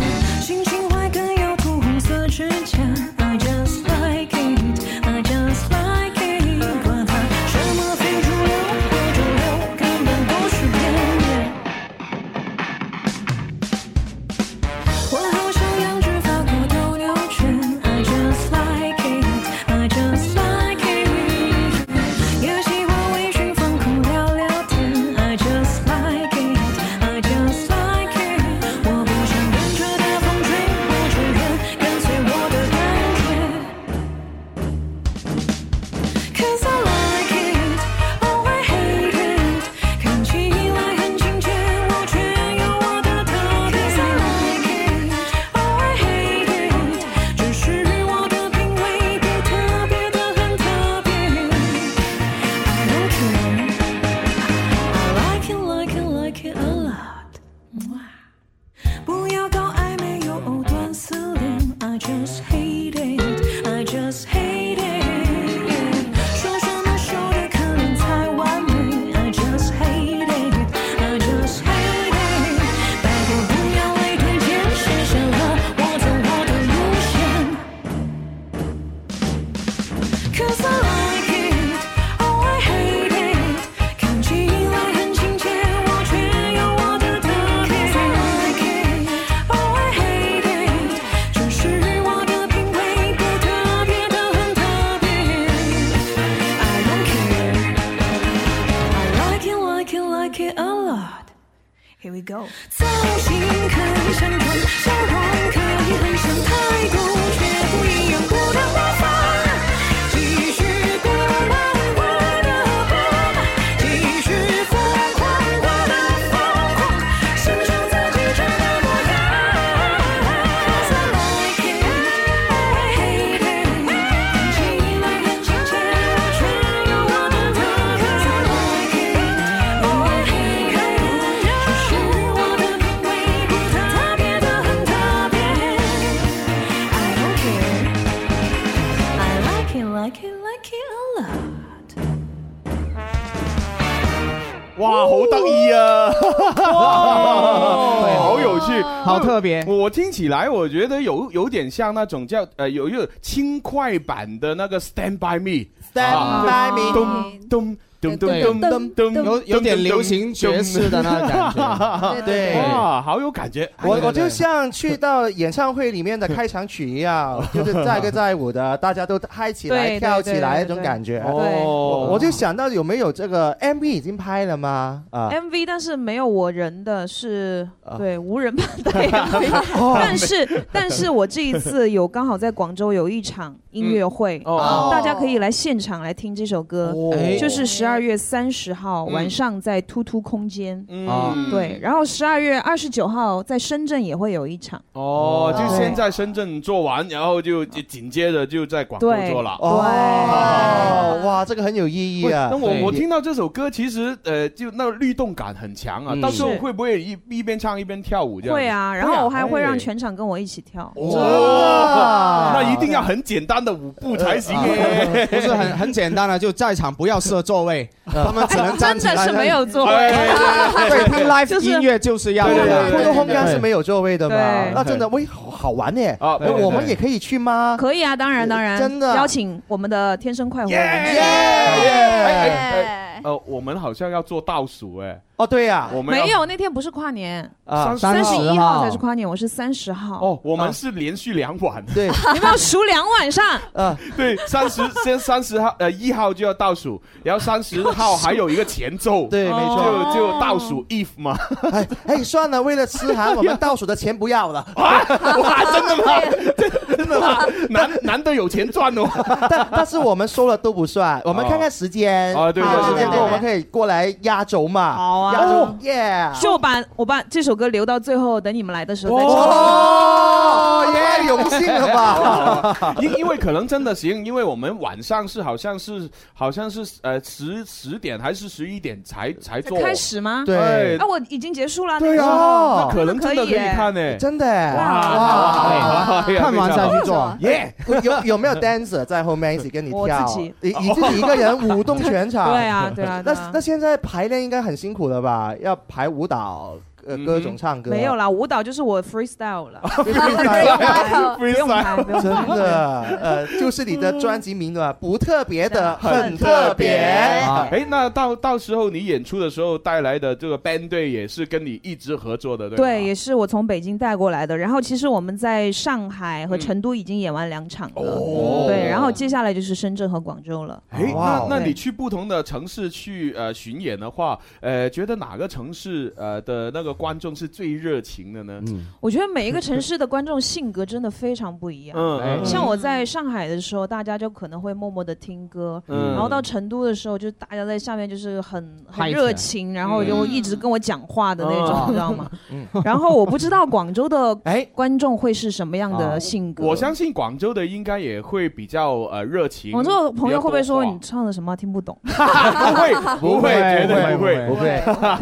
E: 哇，好得意啊！
G: 对
E: 好有趣，
G: 好特别。
E: 我听起来我觉得有有点像那种叫呃有一个轻快版的那个 Stand by Me，Stand
F: By Me
E: 咚咚咚咚咚咚咚，
G: 有有点流行爵士的那感觉。
F: 对
E: 哇，好有感觉。
F: 我我就像去到演唱会里面的开场曲一样，就是载歌载舞的，大家都嗨起来、
G: 对
F: 跳起来
O: 对
F: 那
O: 对
F: 种感觉。
O: 对对
F: 我我就想到有没有这个 MV 已经拍了吗？啊，
O: MV，但是没有我人的是，对无人版的 MV
F: 哦
O: 但是，但是我这一次有刚好在广州有一场音乐会，
Q: 嗯哦
O: 大家可以来现场来听这首歌，
Q: 哎
E: 哦
O: 就是十二月三十号晚上在突突空间，
E: 嗯
O: 对，然后十二月二十九号在深圳也会有一场。
E: 哦，就
O: 对
E: 先在深圳做完，然后就紧接着就在广州
O: 对
E: 做了。
F: 哦，哇，这个很有意义
E: 喂
F: 啊！
E: 那我我听到这首歌，其实呃，就那个律动感很强啊。
O: 嗯
E: 到时候
O: 是
E: 会不会一一边唱一边跳舞这样？
O: 会啊，然后我还会让
E: 哎
O: 全场跟我一起跳。
E: 哇，
F: 啊
E: 那一定要很简单的舞步才行耶。
G: 不是很很简单的，就在场不要设座位，他们只能站起来。
O: 真的是没有座位
G: 对对对听
O: 就
G: live
O: 是
G: 音乐就是要
F: 对对对，
G: 的
F: 普通空间是没有座位的嘛
O: 对？
F: 那真的，喂，好好玩耶！
E: 啊
F: 那我们也可以去吗？
O: 可以啊，当然当然，
F: 真的
O: 邀请我们的天生快活人。
E: 呃，我们好像要做倒数哎。
F: 哦，对呀，
E: 我们要
O: 没有，那天不是跨年，
E: 啊
O: 三十
E: 30
O: 一
E: 号
O: 号才是跨年，我是三十号。
E: 哦，我
F: 啊
E: 们是连续两晚。
F: 对
O: 有没有数两晚上？
F: 啊，
E: 对，三十先三十号呃一号就要倒数，然后三十号还有一个前奏。
F: 对没错
E: 就就倒数 if 嘛。
F: 哎哎，算了，为了吃寒，我们倒数的钱不要了。
E: 啊 哇，真的吗？ 真真的吗？难难得有钱赚哦。
F: 但但是我们收了都不算，我们看看时间
E: 哦对对
F: 看
E: 对
F: 时间
E: 对哦
F: 够，我们可以过来压轴嘛。
O: 好啊
F: 压轴耶！
O: 就把我把这首歌留到最后，等你们来的时候再
F: 哦
O: 唱。
F: 耶，荣幸了吧？
E: 因因为可能真的行，因为我们晚上是好像是好像是呃十十点还是十一点才才做
O: 开始吗？
E: 对
O: 啊，我已经结束了。哦
F: 对
O: 那个
F: 啊
E: 可能真的可以看。呢，
F: 真的耶
E: 啊哇哎呀
F: 看完
E: 非常
F: 再
E: 好
F: 去做
E: 耶。
F: 哦 有有没有 dancer 在后面一起跟你
O: 我
F: 跳
O: 自己？
F: 你你自己一个人舞动全场？
O: 对啊对啊对啊
F: 那那现在排练应该很辛苦了吧？要排舞蹈、
E: 嗯
F: 呃各种唱歌。 哦
O: 没有啦，舞蹈就是我 freestyle 了，
E: freestyle，
O: 不用排，不用
F: 啊真
O: 排。
F: 的，呃，就是你的专辑名 啊，不特别的，很特别。
E: 啊哎，那到到时候你演出的时候带来的这个 band 队也是跟你一直合作的，对吧？
O: 对，也是我从北京带过来的。然后其实我们在上海和成都已经演完两场
F: 哦
O: 了，对，然后接下来就是深圳和广州了。
E: 哎，那那
O: 对
E: 你去不同的城市去呃巡演的话，呃，觉得哪个城市呃的那个观众是最热情的呢？
F: 嗯
O: 我觉得每一个城市的观众性格真的非常不一样。
E: 嗯嗯
O: 哎像我在上海的时候，大家就可能会默默的听歌，
Q: 嗯
O: 然后到成都的时候，就大家在下面就是很
Q: 嗨
O: 很
Q: 起来
O: 热情，然后就会一直跟我讲话的那种，
E: 嗯
O: 你知道吗？然后我不知道广州的观众会是什么样的性格。
E: 我相信广州的应该也会比较呃热情。
O: 广州的朋友会不会说
E: 比
O: 你唱的什么听不懂？
E: 较多话 不会？不会，绝对不
O: 嗯
E: 会，
F: 不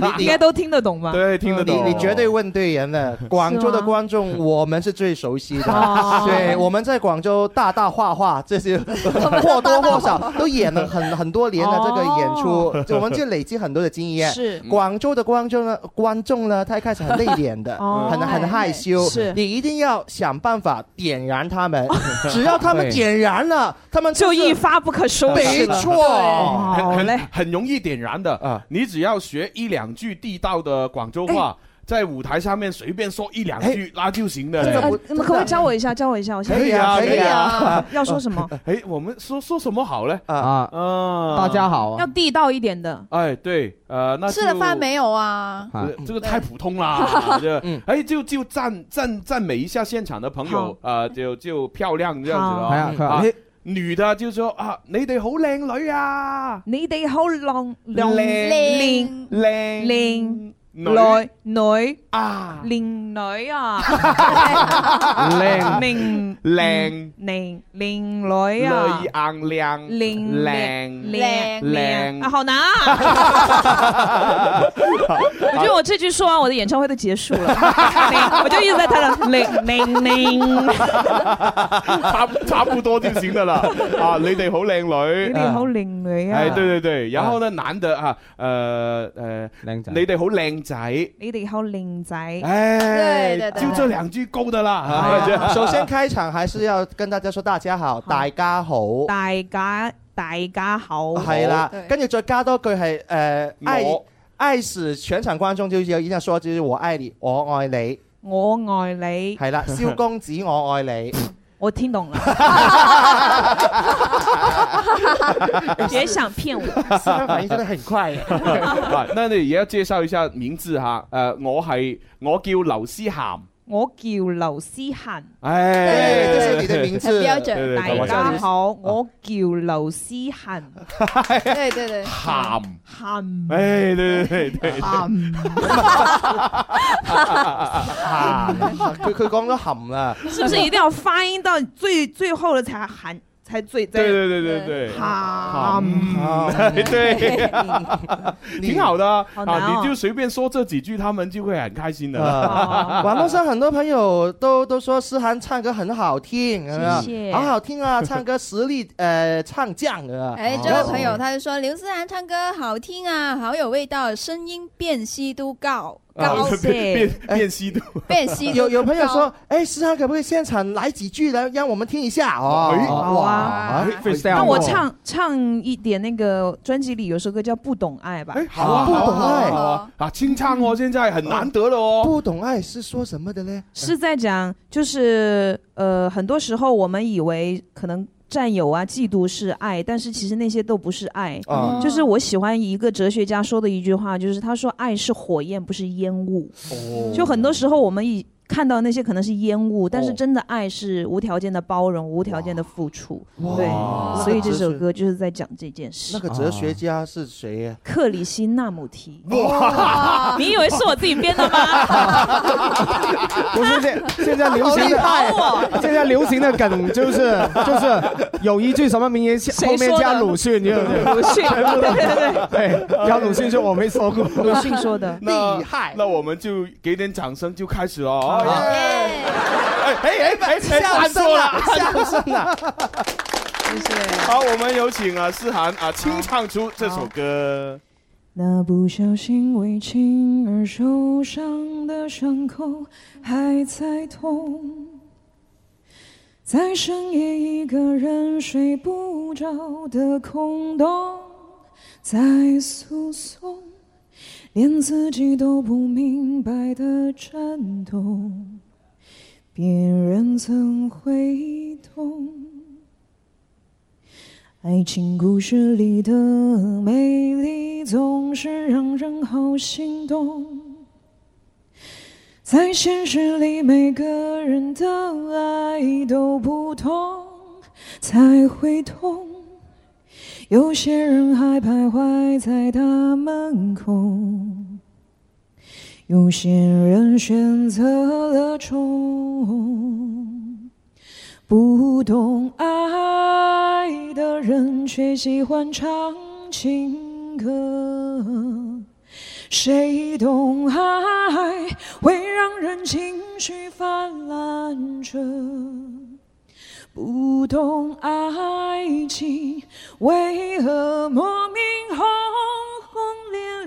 F: 会，
O: 应该都听得懂吧？
E: 对，听得懂。
F: 你你绝对问对人了。广州的观众，我们是最熟悉的
O: 哦。
F: 对，我们在广州大大画画这 些或多或少都演了很很多年的这个演出，就我们就累积很多的经验。
O: 哦是
F: 广州的观众呢，观众呢，他一开始很内敛的，
O: 哦
F: 很很害羞。
O: 是
F: 你一定要想办法点燃他 们，只要他们点燃了，他们
O: 就是一发不可收拾
F: 没
O: 了
F: 错。
G: 哦
E: 很很很容易点燃的啊！你只要学一两句地道的广州话，
G: 哎
E: 在舞台上面随便说一两句，那就行的。
O: 呃你们可不可以教我一下？教我一下，我现在
E: 可以啊
O: 哎
E: 可以啊
O: 要说什么？
E: 哎，我们说说什么好嘞？
G: 啊
E: 啊
G: 大家好
O: 要地道一点的。
E: 哎，对，呃，那
J: 吃了
E: 就
J: 饭没有啊？
E: 呃这个太普通啦，这哎就就赞赞赞美一下现场的朋友，呃，就就漂亮这样子咯。
G: 好係啊佢話
E: 啊
G: 你
E: 女的就说啊，你哋好靓女啊，
O: 你哋好浪
E: 靚
O: 靓
E: 靚
O: 靓
E: 女
O: 內女啊，靚女啊，
E: Ờ, 靚
O: 明
E: 靚
O: 靚靚女啊，
E: 女硬靚
O: 靚
E: 靚
O: 嗯靚
E: 靚
O: 啊，好难啊！我觉得我这句说完，我的演唱会都结束了。靚我就一直在台上靚靚靚，
E: 差差不多就行的了啊！你哋好靚女，
O: 你哋好靚女啊！
E: 哎，对对对，然后呢，男的啊，呃呃，靓仔，你哋好靚仔。
O: 你哋好靚仔。
E: 哎
O: 對對對
E: 就这两句够的啦。
F: 啊
E: 哎
F: 首 先开场还是要跟大家说大家好，大家好，
O: 大家大家好。
F: 系啦，跟住再加多句呃係诶愛
O: 我
F: 愛死全場觀眾就要一定說就是我愛你，我愛你，
O: 我愛你。
F: 係啦，蕭公子我愛你，
O: 我听懂了。别想骗我。
F: 思想反應真係很快嘅。
E: 啊，那你而家介紹一下名字吓，诶，我係我叫劉思涵。
O: 我叫劉思涵。
E: 哎，
F: 對這是你的名字很標準
E: 對對對
O: 大家好，
E: 啊
O: 我叫劉思 涵。
J: 对对对，
E: 鹹，
O: 涵
E: 哎，對對對對，
O: 鹹
F: 含佢佢講咗含啦，
O: 是不是一定要发音到最最后了才含才最？
E: 对对对对对，
O: 好，
E: 对， 挺好的啊，
F: 好难哦
E: 啊你就随便说这几句，他们就会很开心的。
O: 哦
F: 啊网络上很多朋友都都说思涵唱歌很好听，有没有
E: 谢谢
F: 好好听啊，唱歌实力呃唱将啊。
J: 哎，这
O: 哦
J: 位朋友他就说刘思涵唱歌好听啊，好有味道，声音辨析度 高
O: 啊
E: 啊
J: 高
E: 变
O: 哎
E: 变吸毒，
J: 辨析度
F: 有有朋友
J: 高
F: 说，哎，思涵可不可以现场来几句来让我们听一下哦？
E: 哎
O: 好
F: 哇
O: 啊，
F: freestyle
O: 那我
F: 哦
O: 唱唱一点那个专辑里有首歌叫《不懂哎嗯爱》吧。
E: 好啊，好啊，好啊，啊，清唱哦，现在很难得了哦。
F: 不懂爱是说什么的呢？
O: 是在讲，就是呃，很多时候我们以为可能占有啊、嫉妒是爱，但是其实那些都不是爱。
F: 啊
E: 哦
O: 就是我喜欢一个哲学家说的一句话，就是他说：“爱是火焰，不是烟雾。”
F: 哦
O: 就很多时候我们以看到那些可能是烟雾，但是真的爱是无条件的包容、无条件的付出。对
F: 哇，
O: 所以这首歌就是在讲这件事。
F: 那个哲学家是谁啊呀？
O: 克里希纳姆提。
F: 哇
O: 你以为是我自己编的吗？
G: 不是现现在流行
O: 好
G: 的，现在流行的梗就是就是有一句什么名言，
O: 谁
G: 后面
O: 说的
G: 加鲁迅，对不对？
O: 鲁迅
G: 全部都
O: 对对
G: 对对，加鲁迅说我没说过，
O: 鲁 迅说的
E: 那
O: 厉害啊
E: 那我们就给点掌声就开始了哦。哎哎哎哎哎，
F: 笑
E: 按
F: 声
E: 错了，
F: 啊，
E: 按
F: 笑
E: 错了
F: 声啊！
E: 好，我们有请啊思涵啊清唱出这首歌。
N: 那不小心为情而受伤的伤口还在痛，在深夜一个人睡不着的空洞，在诉讼，连自己都不明白的颤抖，别人怎会懂？爱情故事里的美丽总是让人好心动，在现实里每个人的爱都不同，才会痛。有些人还徘徊在大门口，有些人选择了冲。不懂爱的人，却喜欢唱情歌。谁懂爱，会让人情绪泛滥着。不懂爱情，为何莫名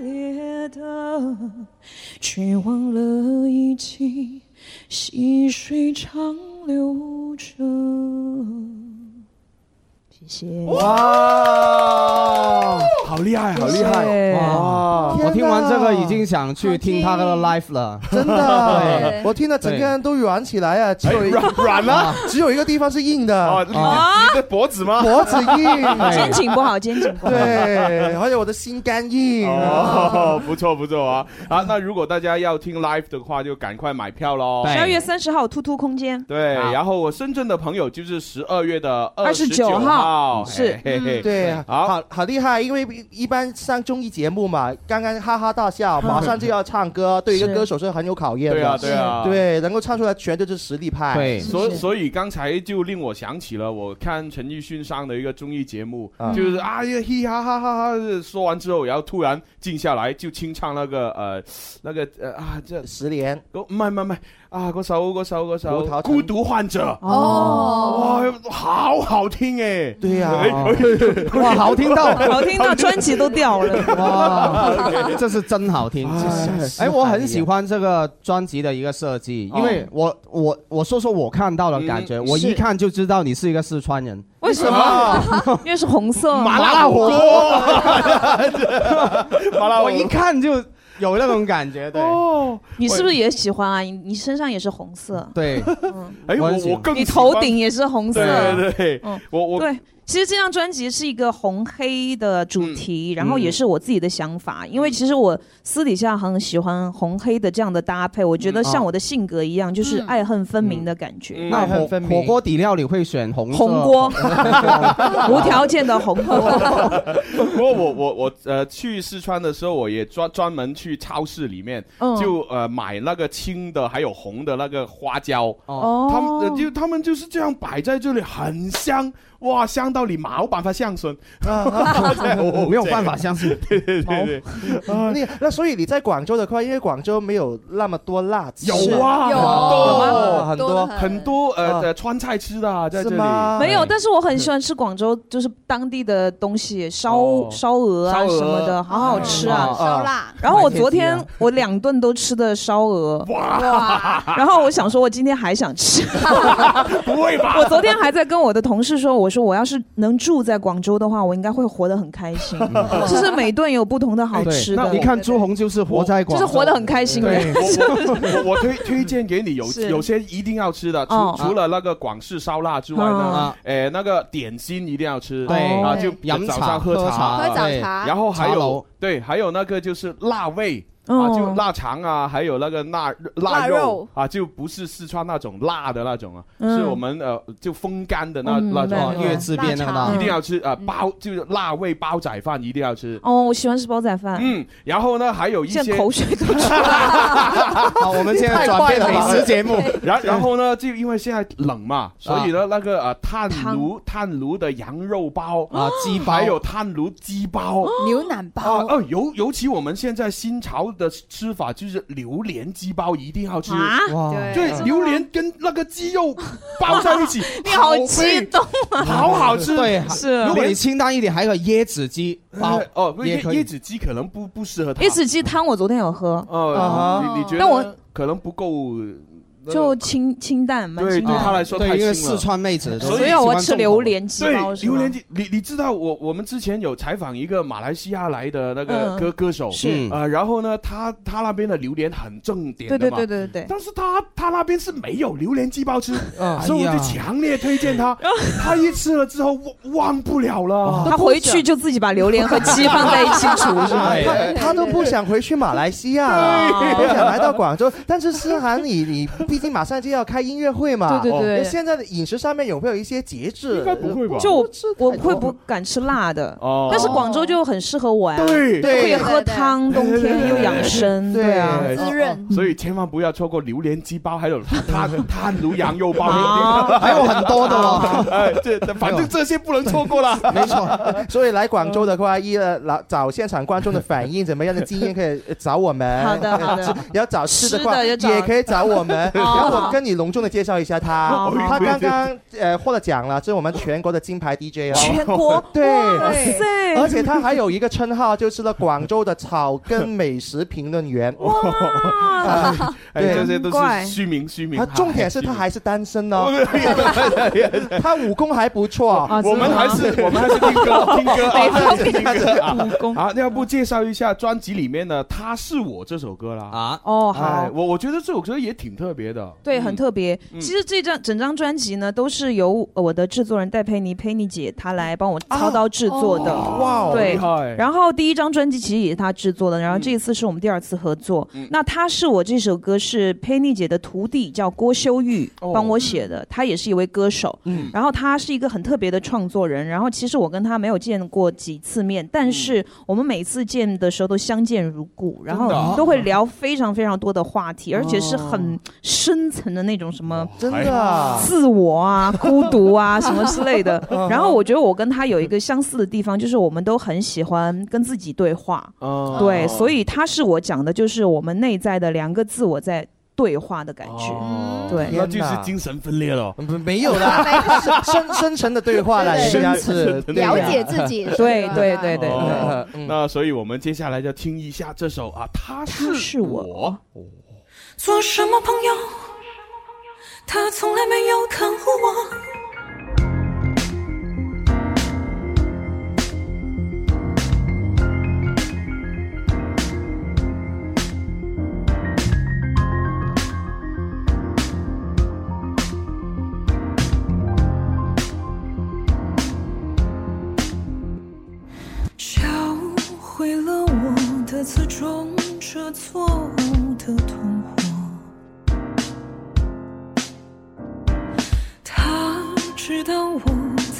N: 轰轰烈烈的，却忘了一起细水长流着。谢谢。
E: 啊
G: 哇，好厉害，哦
N: 好厉害
O: 哦
G: 哇！
F: 天
G: 我听完
F: 哪
G: 这个已经想去听他的 live 了，
F: 真的，啊 我听了整个
G: 对
F: 人都软起来啊，只有一
G: 哎软软了，
F: 只有一个地方是硬的，
E: 啊，你的脖子吗？
F: 脖子硬，
O: 肩颈不好，肩颈不好。
F: 对，还有我的心肝硬。啊
E: 哦，不错不错啊！啊，那如果大家要听 live 的话，就赶快买票喽。
O: 十二月三十号，突突空间。
E: 对，然后我深圳的朋友就是十二月的
F: 29
E: 号，嗯
F: 是
E: 嘿嘿嘿
F: 对，
E: 好，
F: 好好厉害，因为一般上综艺节目嘛，刚刚哈哈大 笑，马上就要唱歌，对一个
E: 是
F: 歌手是很有考验的。
E: 对啊对啊
F: 对，能够唱出来全都是实力派。
E: 对，所
F: 以
E: 所以刚才就令我想起了我看陈奕迅上的一个综艺节目，
F: 嗯
E: 就是啊呀嘻哈哈哈哈，说完之后，然后突然静下来就清唱那个呃那个呃啊这
F: 十年，
O: 嗯
E: 唔系唔系唔系啊嗰首嗰首嗰首
F: 胡桃
E: 孤独患者
F: 哦
E: 哇好好听哎，
F: 对呀
G: 哇，好听 到，
O: 好听到专辑都掉了。
G: 哇，这是真好听。哎，我很喜欢这个专辑的一个设计，因为我我我说说我看到的感觉，
O: 哦嗯
G: 我一
O: 是
G: 看就知道你是一个四川人。
O: 为什么？因为是红色
G: 麻辣火锅，麻辣，我一看就有那种感觉，对。
O: 哦，你是不是也喜欢啊？你你身上也是红色，
G: 对，
E: 哎，我我更
O: 你
E: 喜欢
O: 头顶也是红色。
E: 对对对
O: 嗯，
E: 我我
O: 对，其实这张专辑是一个红黑的主题，
E: 嗯
O: 然后也是我自己的想法，因为其实我私底下很喜欢红黑的这样的搭配，我
E: 嗯
O: 觉
E: 啊
O: 得像我的性格一样，就是爱恨分明的感觉。
G: 那火火锅底料你会选嗯红色
O: 红锅， 无条件的红 锅。
E: 不过我我我呃去四川的时候，我也专专门去超市里面、
O: 嗯
E: 就呃买那个青的还有红的那个花椒，
O: 哦
E: 他们、呃就他们就是这样摆在这里，很香哇，香到你冇办法相信，
F: 啊
G: 没有办法相 信，
E: 对对对对，
F: 那那所啊以你在广州的话，因为广州没有那么多辣子，
E: 有啊，
F: 是
O: 哦
E: 很多呃
F: 很多
J: 嗯
E: 很多呃呃川菜吃的啊，在这
F: 是
E: 里
F: 吗
O: 没有，但是我很喜欢吃广州，就是当地的东西，烧、烧鹅
E: 哦
O: 啊
E: 烧鹅
O: 什么的，好好吃啊
E: 哦，烧腊
O: 然后我昨
E: 白
O: 天
E: 切鸡
O: 我两顿都吃的烧鹅， 哇！然后我想说，我今天还想吃，
E: 不会吧？
O: 我昨天还在跟我的同事说，我说我要是能住在广州的话，我应该会活得很开 心，就是每顿有不同的
E: 哎
O: 好吃的。
G: 你看朱红就是活在广
O: 就
G: 州，
O: 是活得很开心的
G: 对，
E: 我我我推推荐给你有
O: 是
E: 有些一定要吃的，除
O: 哦
E: 除了那个广式烧腊之
O: 嗯
E: 外呢
G: 啊，
E: 诶，呃那个点心一定要吃，
G: 对
E: 啊，
G: 对
E: 就
G: 饮
E: 早
G: 茶
E: 上喝
G: 喝茶喝早
E: 对
G: 茶
O: 哎
E: 然后还
G: 茶
E: 有
G: 楼
E: 对，还有那个就是腊味。啊，
O: 嗯
G: 哦
E: 就腊肠啊，还有那个腊腊
G: 腊
E: 肉
G: 肉
E: 啊，就不是四川那种辣的那种啊，
G: 嗯
E: 是我们呃就风干的那
O: 嗯
E: 那种啊
G: 明白粤字边那个腊
E: 一
G: 肠
E: 定要吃啊，包就是腊味煲仔饭一定要吃。
O: 哦，我喜欢吃煲仔饭，
E: 嗯，然后呢，还有一
O: 现
E: 些
O: 在口水都 出，
G: 好，我们现在转变美食节 目，
E: 然然后呢，就因为现在冷嘛，所以呢，那个呃炭炉炭炉的羊肉包
G: 啊鸡包
E: 还有炭炉鸡包、
J: 牛腩
E: 啊
J: 包，
E: 哦，尤尤其我们现在新潮的吃法就是榴莲鸡包一定要吃
J: 啊，哇
E: 对
J: 对，
E: 榴莲跟那个鸡肉包在一起
O: 你好
E: 配
O: 激动啊！
E: 好 好吃，
G: 对，
O: 是
G: 如果你清淡一点，还有椰子鸡包
E: 呃哦，椰
G: 也可以
E: 椰子鸡可能不不适合他，
O: 椰子鸡汤我昨天有喝，
G: 啊
E: 哦，你你觉
O: 但我
E: 得可能不够那个
O: 就清清淡，蛮
E: 对，
O: 清
E: 对
O: 淡。
E: 他来说
G: 对
E: 太
G: 因
E: 轻
G: 为
E: 了。
G: 四川妹子都
E: 所
O: 所以啊
E: 喜
O: 我
E: 欢
O: 吃
E: 重
O: 榴
E: 口
O: 莲鸡
E: 对
O: 包，是
E: 榴
O: 吗
E: 莲鸡，你你知道我我们之前有采访一个马来西亚来的那个
O: 嗯
E: 歌、歌手，
O: 是
E: 呃，然后呢，他他那边的榴莲很正点的
O: 对对
E: 嘛
O: 对对 对
E: 但是他他那边是没有榴莲鸡包吃，
G: 啊
E: 所以我
G: 哎呀
E: 就强烈推荐他，他一吃了之后忘忘不了了，
O: 他回去就自己把榴莲和鸡放在一起煮，是 吗？
F: 他他都不想回去马来西亚了，不想来到广州。但是思涵，你你毕竟马上就要开音乐会嘛，
O: 对对对
F: 哦现在的饮食上面有没有一些节制？应该不
E: 会吧
O: 就我我会不敢吃辣的
E: 哦，
O: 但是广州就很适合啊我呀，
E: 对
O: 又可以喝 汤，冬天又养生，对啊，
E: 润，所以千万不要错过榴莲鸡包，还有 炭炭炉羊肉包，
O: 好
G: 哎
F: 还有很多的
E: 哦
F: 哦。
E: 哎，这反正这些不能错过了。
F: 没错，所以来广州的
O: 嗯
F: 话，一呃来找现场观众的反应怎么样的经验，可以呃找我们。
O: 好的好的
F: 吃 要找吃的
O: 吃
F: 话，
O: 的也找。
F: 也可以找我们然后我跟你隆重的介绍一下他
O: 好好，
F: 他刚刚呃获了奖了，这是我们全国的金牌 DJ 哦。
O: 全 国
F: 对，
O: 哇塞
F: 而且他还有一个称号，就是了广州的草根美食评论员。啊
E: 哎，
F: 对
E: 这些都
F: 怪
E: 是虚名虚名，
F: 啊。重点是他还是单身呢他武功还不 错。
E: 啊我们还是我们还是听歌听歌啊，
F: 每
E: 还
F: 方
E: 是听
F: 面都
E: 歌
F: 是武
E: 啊。啊，要不介绍一下专辑里面的《他是我》这首歌啦？
G: 啊，
O: 哦好
E: 哎我我觉得这首歌也挺特别的，
O: 对，很特别。
E: 哎嗯
O: 其实这张整张专辑呢，都是由呃我的制作人戴佩妮、佩妮姐她来帮我操刀制作的。
E: 啊哇哦
O: 对
E: 厉害。
O: 然后第一张专辑其实也是她制作的，然后
Q: 嗯
O: 这一次是我们第二次合作。那她是我这首歌是佩妮姐的徒弟，叫郭修玉帮我写的，他也是一位歌手。
Q: 哦嗯
O: 然后他是一个很特别的创作人。然后其实我跟他没有见过几次面，但是我们每次见的时候都相见如故，然
Q: 嗯真的啊哦
O: 后都会聊非常非常多的话题，而且是很深层的那种什么真
Q: 的啊
O: 自我啊、孤独啊什么之类的
Q: 嗯。
O: 然后我觉得我跟他有一个相似的地方，就是我们都很喜欢跟自己对话。
E: 啊
Q: 嗯
O: 对，所以他是我讲的就是我们内在的两个自我在对话的感觉。
Q: 哦
O: 对，
Q: 嗯
E: 那就是精神分裂了。
F: 嗯没有啦，深深深层的对话啦，人家是
E: 深层的
F: 对呀啊嗯
E: 了解自 己
O: 啊对对对对
E: 哦那所以我们接下来就听一下这首啊，他是
O: 是
E: 我，
Q: 做什么朋友？他从来没有看护我。
N: 销毁了我的自重，这错误的同伙。他知道我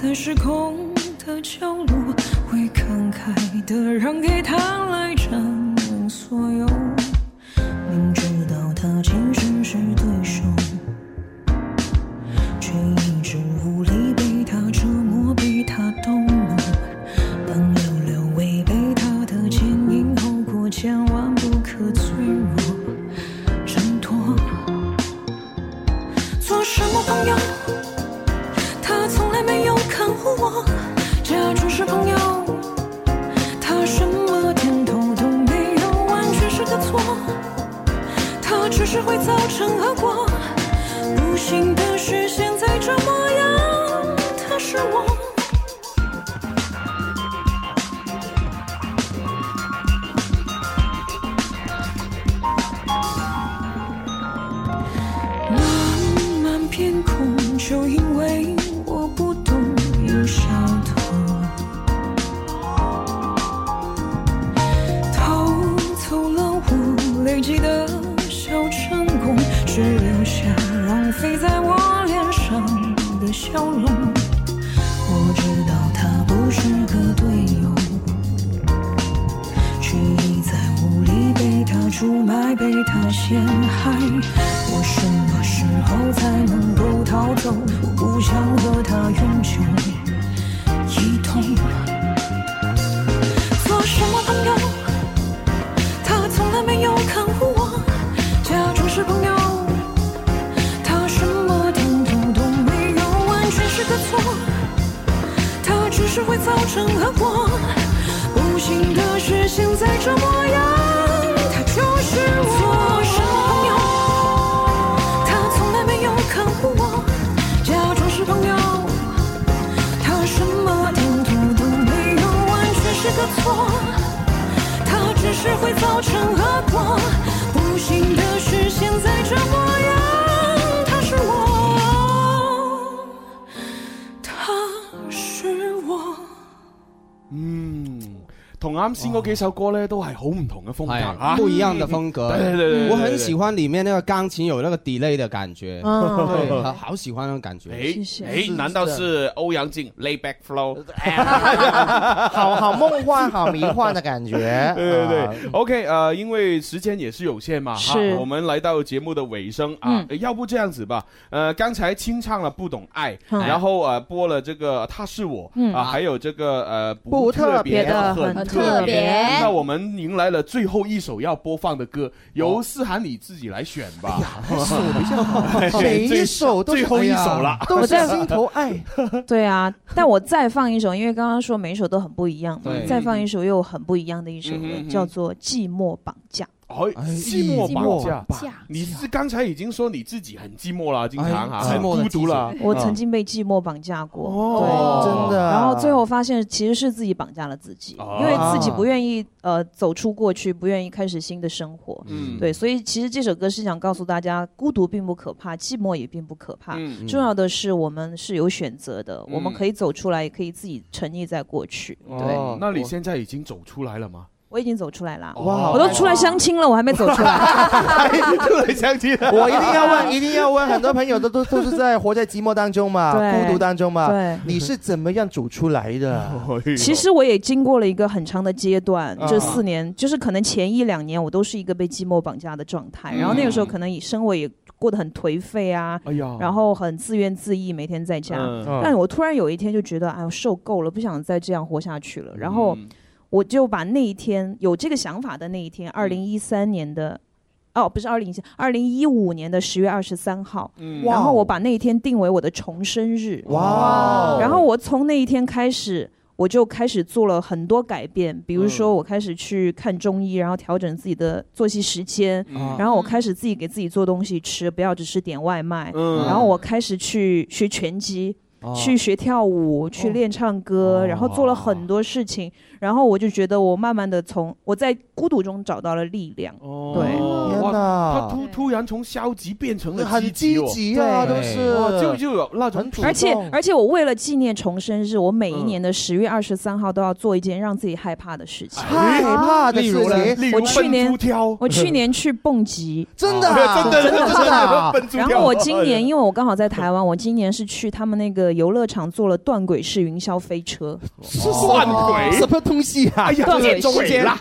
N: 在失控的角落，会慷慨的让给他来占领所有。明知道他其实是对手，却一直无力被他折磨，被他逗弄。当六六违背他的牵引，后果千万不可脆弱挣脱。
Q: 做什么朋友？他从来没有看护我，假装是朋友，他什么甜头都没有，完全是个错。他只是会造成恶果，不幸的是现在这模样，他是我。
N: 慢慢偏空，就因为我不懂有小偷，偷走了我累积的小成功，只留下浪费在我脸上的笑容。我知道他不是个队友。却一再无力被他出卖，被他陷害。我什么时候才能够逃走？我不想和他永久一同。
Q: 做什么朋友？他从来没有看护我，假装是朋友，他什么甜头都没有，完全是个错。他只是会造成恶果，不幸的是现在这模样，他就是我。做什么朋友？他从来没有看护我，假装是朋友。他什么甜头都没有，完全是个错。他只是会造成恶果，不幸的是现在这模样。他是我，他是我。
E: 嗯，同啱先嗰幾首歌咧，都係好唔同嘅風格啊，
G: 哎不一样的风格。
E: 嗯对对对，
G: 我很
E: 歡。
G: 喜欢里面那个钢琴有那个 delay 的感觉，
E: 啊
G: 嗯
O: 嗯
G: 对，好好喜欢那种感觉。
E: 哎哎，难道是欧阳靖 Lay Back Flow？
F: 好好梦幻、好迷幻的感觉。
E: 对对
F: 啊
E: 对，OK，呃， 因为时间也是有限嘛，哈
F: 是，
E: 我们来到节目的尾声啊
F: 嗯，
E: 呃要不这样子吧，呃，刚才清唱了《不懂爱》，
O: 嗯
E: 然后呃播了这个《他是我
O: 嗯》
E: 啊，还有这个呃
O: 不特别的
E: 很
O: 很
E: 特
O: 特别
E: 那我们迎来了最后一首要播放的歌，由思涵你自己来选吧，
F: 手比 较好哎
E: 哎
F: 每一
E: 最
F: 首都是
E: 最后一首了，
F: 都是心 头哎爱。
O: 对啊，但我再放一首，因为刚刚说每一首都很不一样嘛
E: 对，
O: 再放一首又很不一样的一首
E: 嗯
O: 歌
E: 哼，哼
O: 叫做《寂寞绑架》。
E: 哎，寂寞
O: 寂寞
G: 哎
E: 绑
O: 绑
E: 架
O: 架。
E: 你是刚才已经说你自己很寂寞啦，经常哈，
O: 哎
E: 很孤独啦。
O: 我曾
E: 啊
O: 经被寂寞绑架过，
E: 哦
O: 对，
E: 真的啊
O: 然后最后发现其实是自己绑架了自己，
E: 哦
O: 因为自己不愿意呃走出过去，不愿意开始新的生活。
E: 嗯
O: 对，所以其实这首歌是想告诉大家，孤独并不可怕，寂寞也并不可怕。
E: 嗯
O: 重要的是我们是有选择的，
E: 嗯
O: 我们可以走出来，也可以自己沉溺在过去。对，
E: 哦那你现在已经走出来了吗？哦
O: 我已经走出来了，
E: 哇
O: 我都出来相亲了，我还没走出 来。
E: 出 来相亲，
F: 我一定要问， 一定要问，很多朋友都都都是在活在寂寞当中嘛，
O: 对
F: 孤独当中嘛
O: 对，
F: 你是怎么样走出来的？
O: 其实我也经过了一个很长的阶段，
E: 嗯
F: 啊
O: 这四年，就是可能前一两年我都是一个被寂寞绑架的状态，
E: 嗯
O: 然后那个时候可能以生活也过得很颓废啊，
E: 哎呀
O: 然后很自怨自艾，每天在家
E: 嗯嗯。
O: 但我突然有一天就觉得，哎，我受够了，不想再这样活下去
E: 嗯
O: 了，然后我就把那一天有这个想法的那一
E: 嗯
O: 天，二零一三年的。哦，不是二零一三，二零一五年的十月二十三号，
E: 嗯
O: 然
E: 哇哦
O: 后我把那一天定为我的重生日，
E: 哇哦
O: 然后我从那一天开始，我就开始做了很多改变，比如
N: 嗯
O: 说我开始去看中医，然后调整自己的作息时间，
N: 嗯
O: 然后我开始自己给自己做东西吃，不要只是点外卖，
N: 嗯
O: 然后我开始去学拳击。
F: 啊
N: 哦
O: 去学跳舞，去练唱歌，然后做了
N: 哦
O: 很多事情，然后我就觉得我慢慢的从我在孤独中找到了力量，
N: 哦
O: 对，
E: 哦哇
F: 天哪
E: 他突突然从消极变成了
F: 很
E: 哦
F: 积极啊
E: 对
F: 都是
E: 哇就就有那种主动
O: 而且而且我为了纪念重生日，我每一
N: 嗯
O: 年的十月二十三号都要做一件让自己害怕的事情。
F: 害怕的事哎情例如呢例如
O: 我去
F: 笨
O: 年
F: 猪 挑
O: 我去年去蹦极，
F: 真的啊
E: 哦
F: 真的啊真的真的笨猪
O: 然
F: 挑
O: 后我今
E: 哎
O: 年因为我刚好在台湾，我今年是去他们那个游乐场做了断轨式云霄飞车。
F: 是什么什么东西啊？哎
O: 呀哦断轨中间啦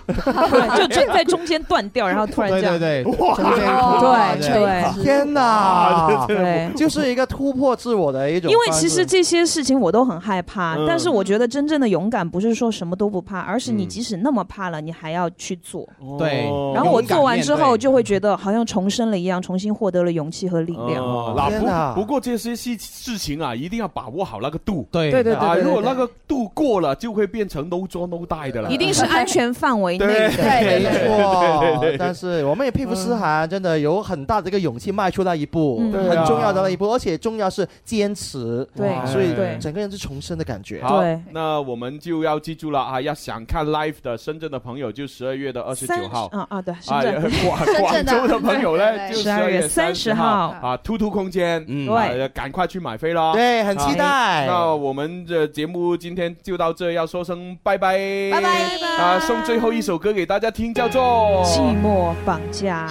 O: 就就在中间断掉，然后突然这样，
G: 对
O: 对中间
F: 哇
O: 对对，
F: 天哪，
O: 对，
F: 就是一个突破自我的一种
O: 因为
F: 方式。
O: 其实这些事情我都很害怕，
F: 嗯
O: 但是我觉得真正的勇敢不是说什么都不怕，而是你即使那么怕了，你还要去做。
G: 对
E: 哦
O: 然后我
G: 勇敢
O: 做完
G: 面
O: 之
G: 对
O: 后，就会觉得好像重生了一样，重新获得了勇气和力量。
E: 哦
O: 天
E: 那
O: 哪
E: 不不过这些事事情啊，一定要把握好那个度。
G: 对
O: 对对对
E: 啊，
O: 对对
E: 如果
O: 对
E: 那个度过了，就会变成 no 做 no die 的了。
O: 一定是安全范围内
E: 对
O: 的。
E: 对对对对
F: 哇
E: 对！
F: 但是我们也佩服思涵，真的有很大的一个勇气迈出那一步，
O: 嗯对
F: 很
O: 啊
F: 重要的那一步，而且重要是坚持。
O: 对
F: 所以
O: 对
F: 整个人是重生的感觉。
E: 好，那我们就要记住了啊！要想看 live 的深圳的朋友，就十二月的二十九号。
O: 三啊啊对深
E: 啊
O: 圳
E: 广
O: 深
E: 广
O: 圳的
E: 州的朋友呢，
O: 对
E: 就
O: 对12月
E: 30
O: 30
E: 号
O: 号
E: 啊，突突空间，嗯
O: 对
E: 赶快去买飞啦！
F: 对很期待
E: 啊嗯那我们的节目今天就到这，要说声拜拜，拜拜啊！送最后一首歌给大家听，叫做《
O: 寂寞绑架。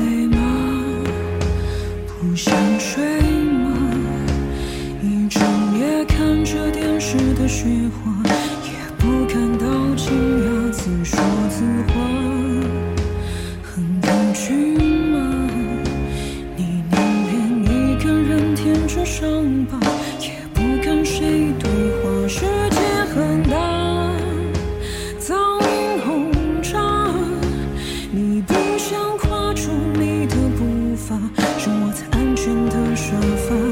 Q: 累吗？不想睡吗？一整夜看着电视的虚火，也不感到惊讶，自说自话，很无趣吗？你宁愿一个人舔着伤疤，也不跟谁对话，世界很大，噪音轰炸。你不想跨出你的步伐，生活在安全的沙发，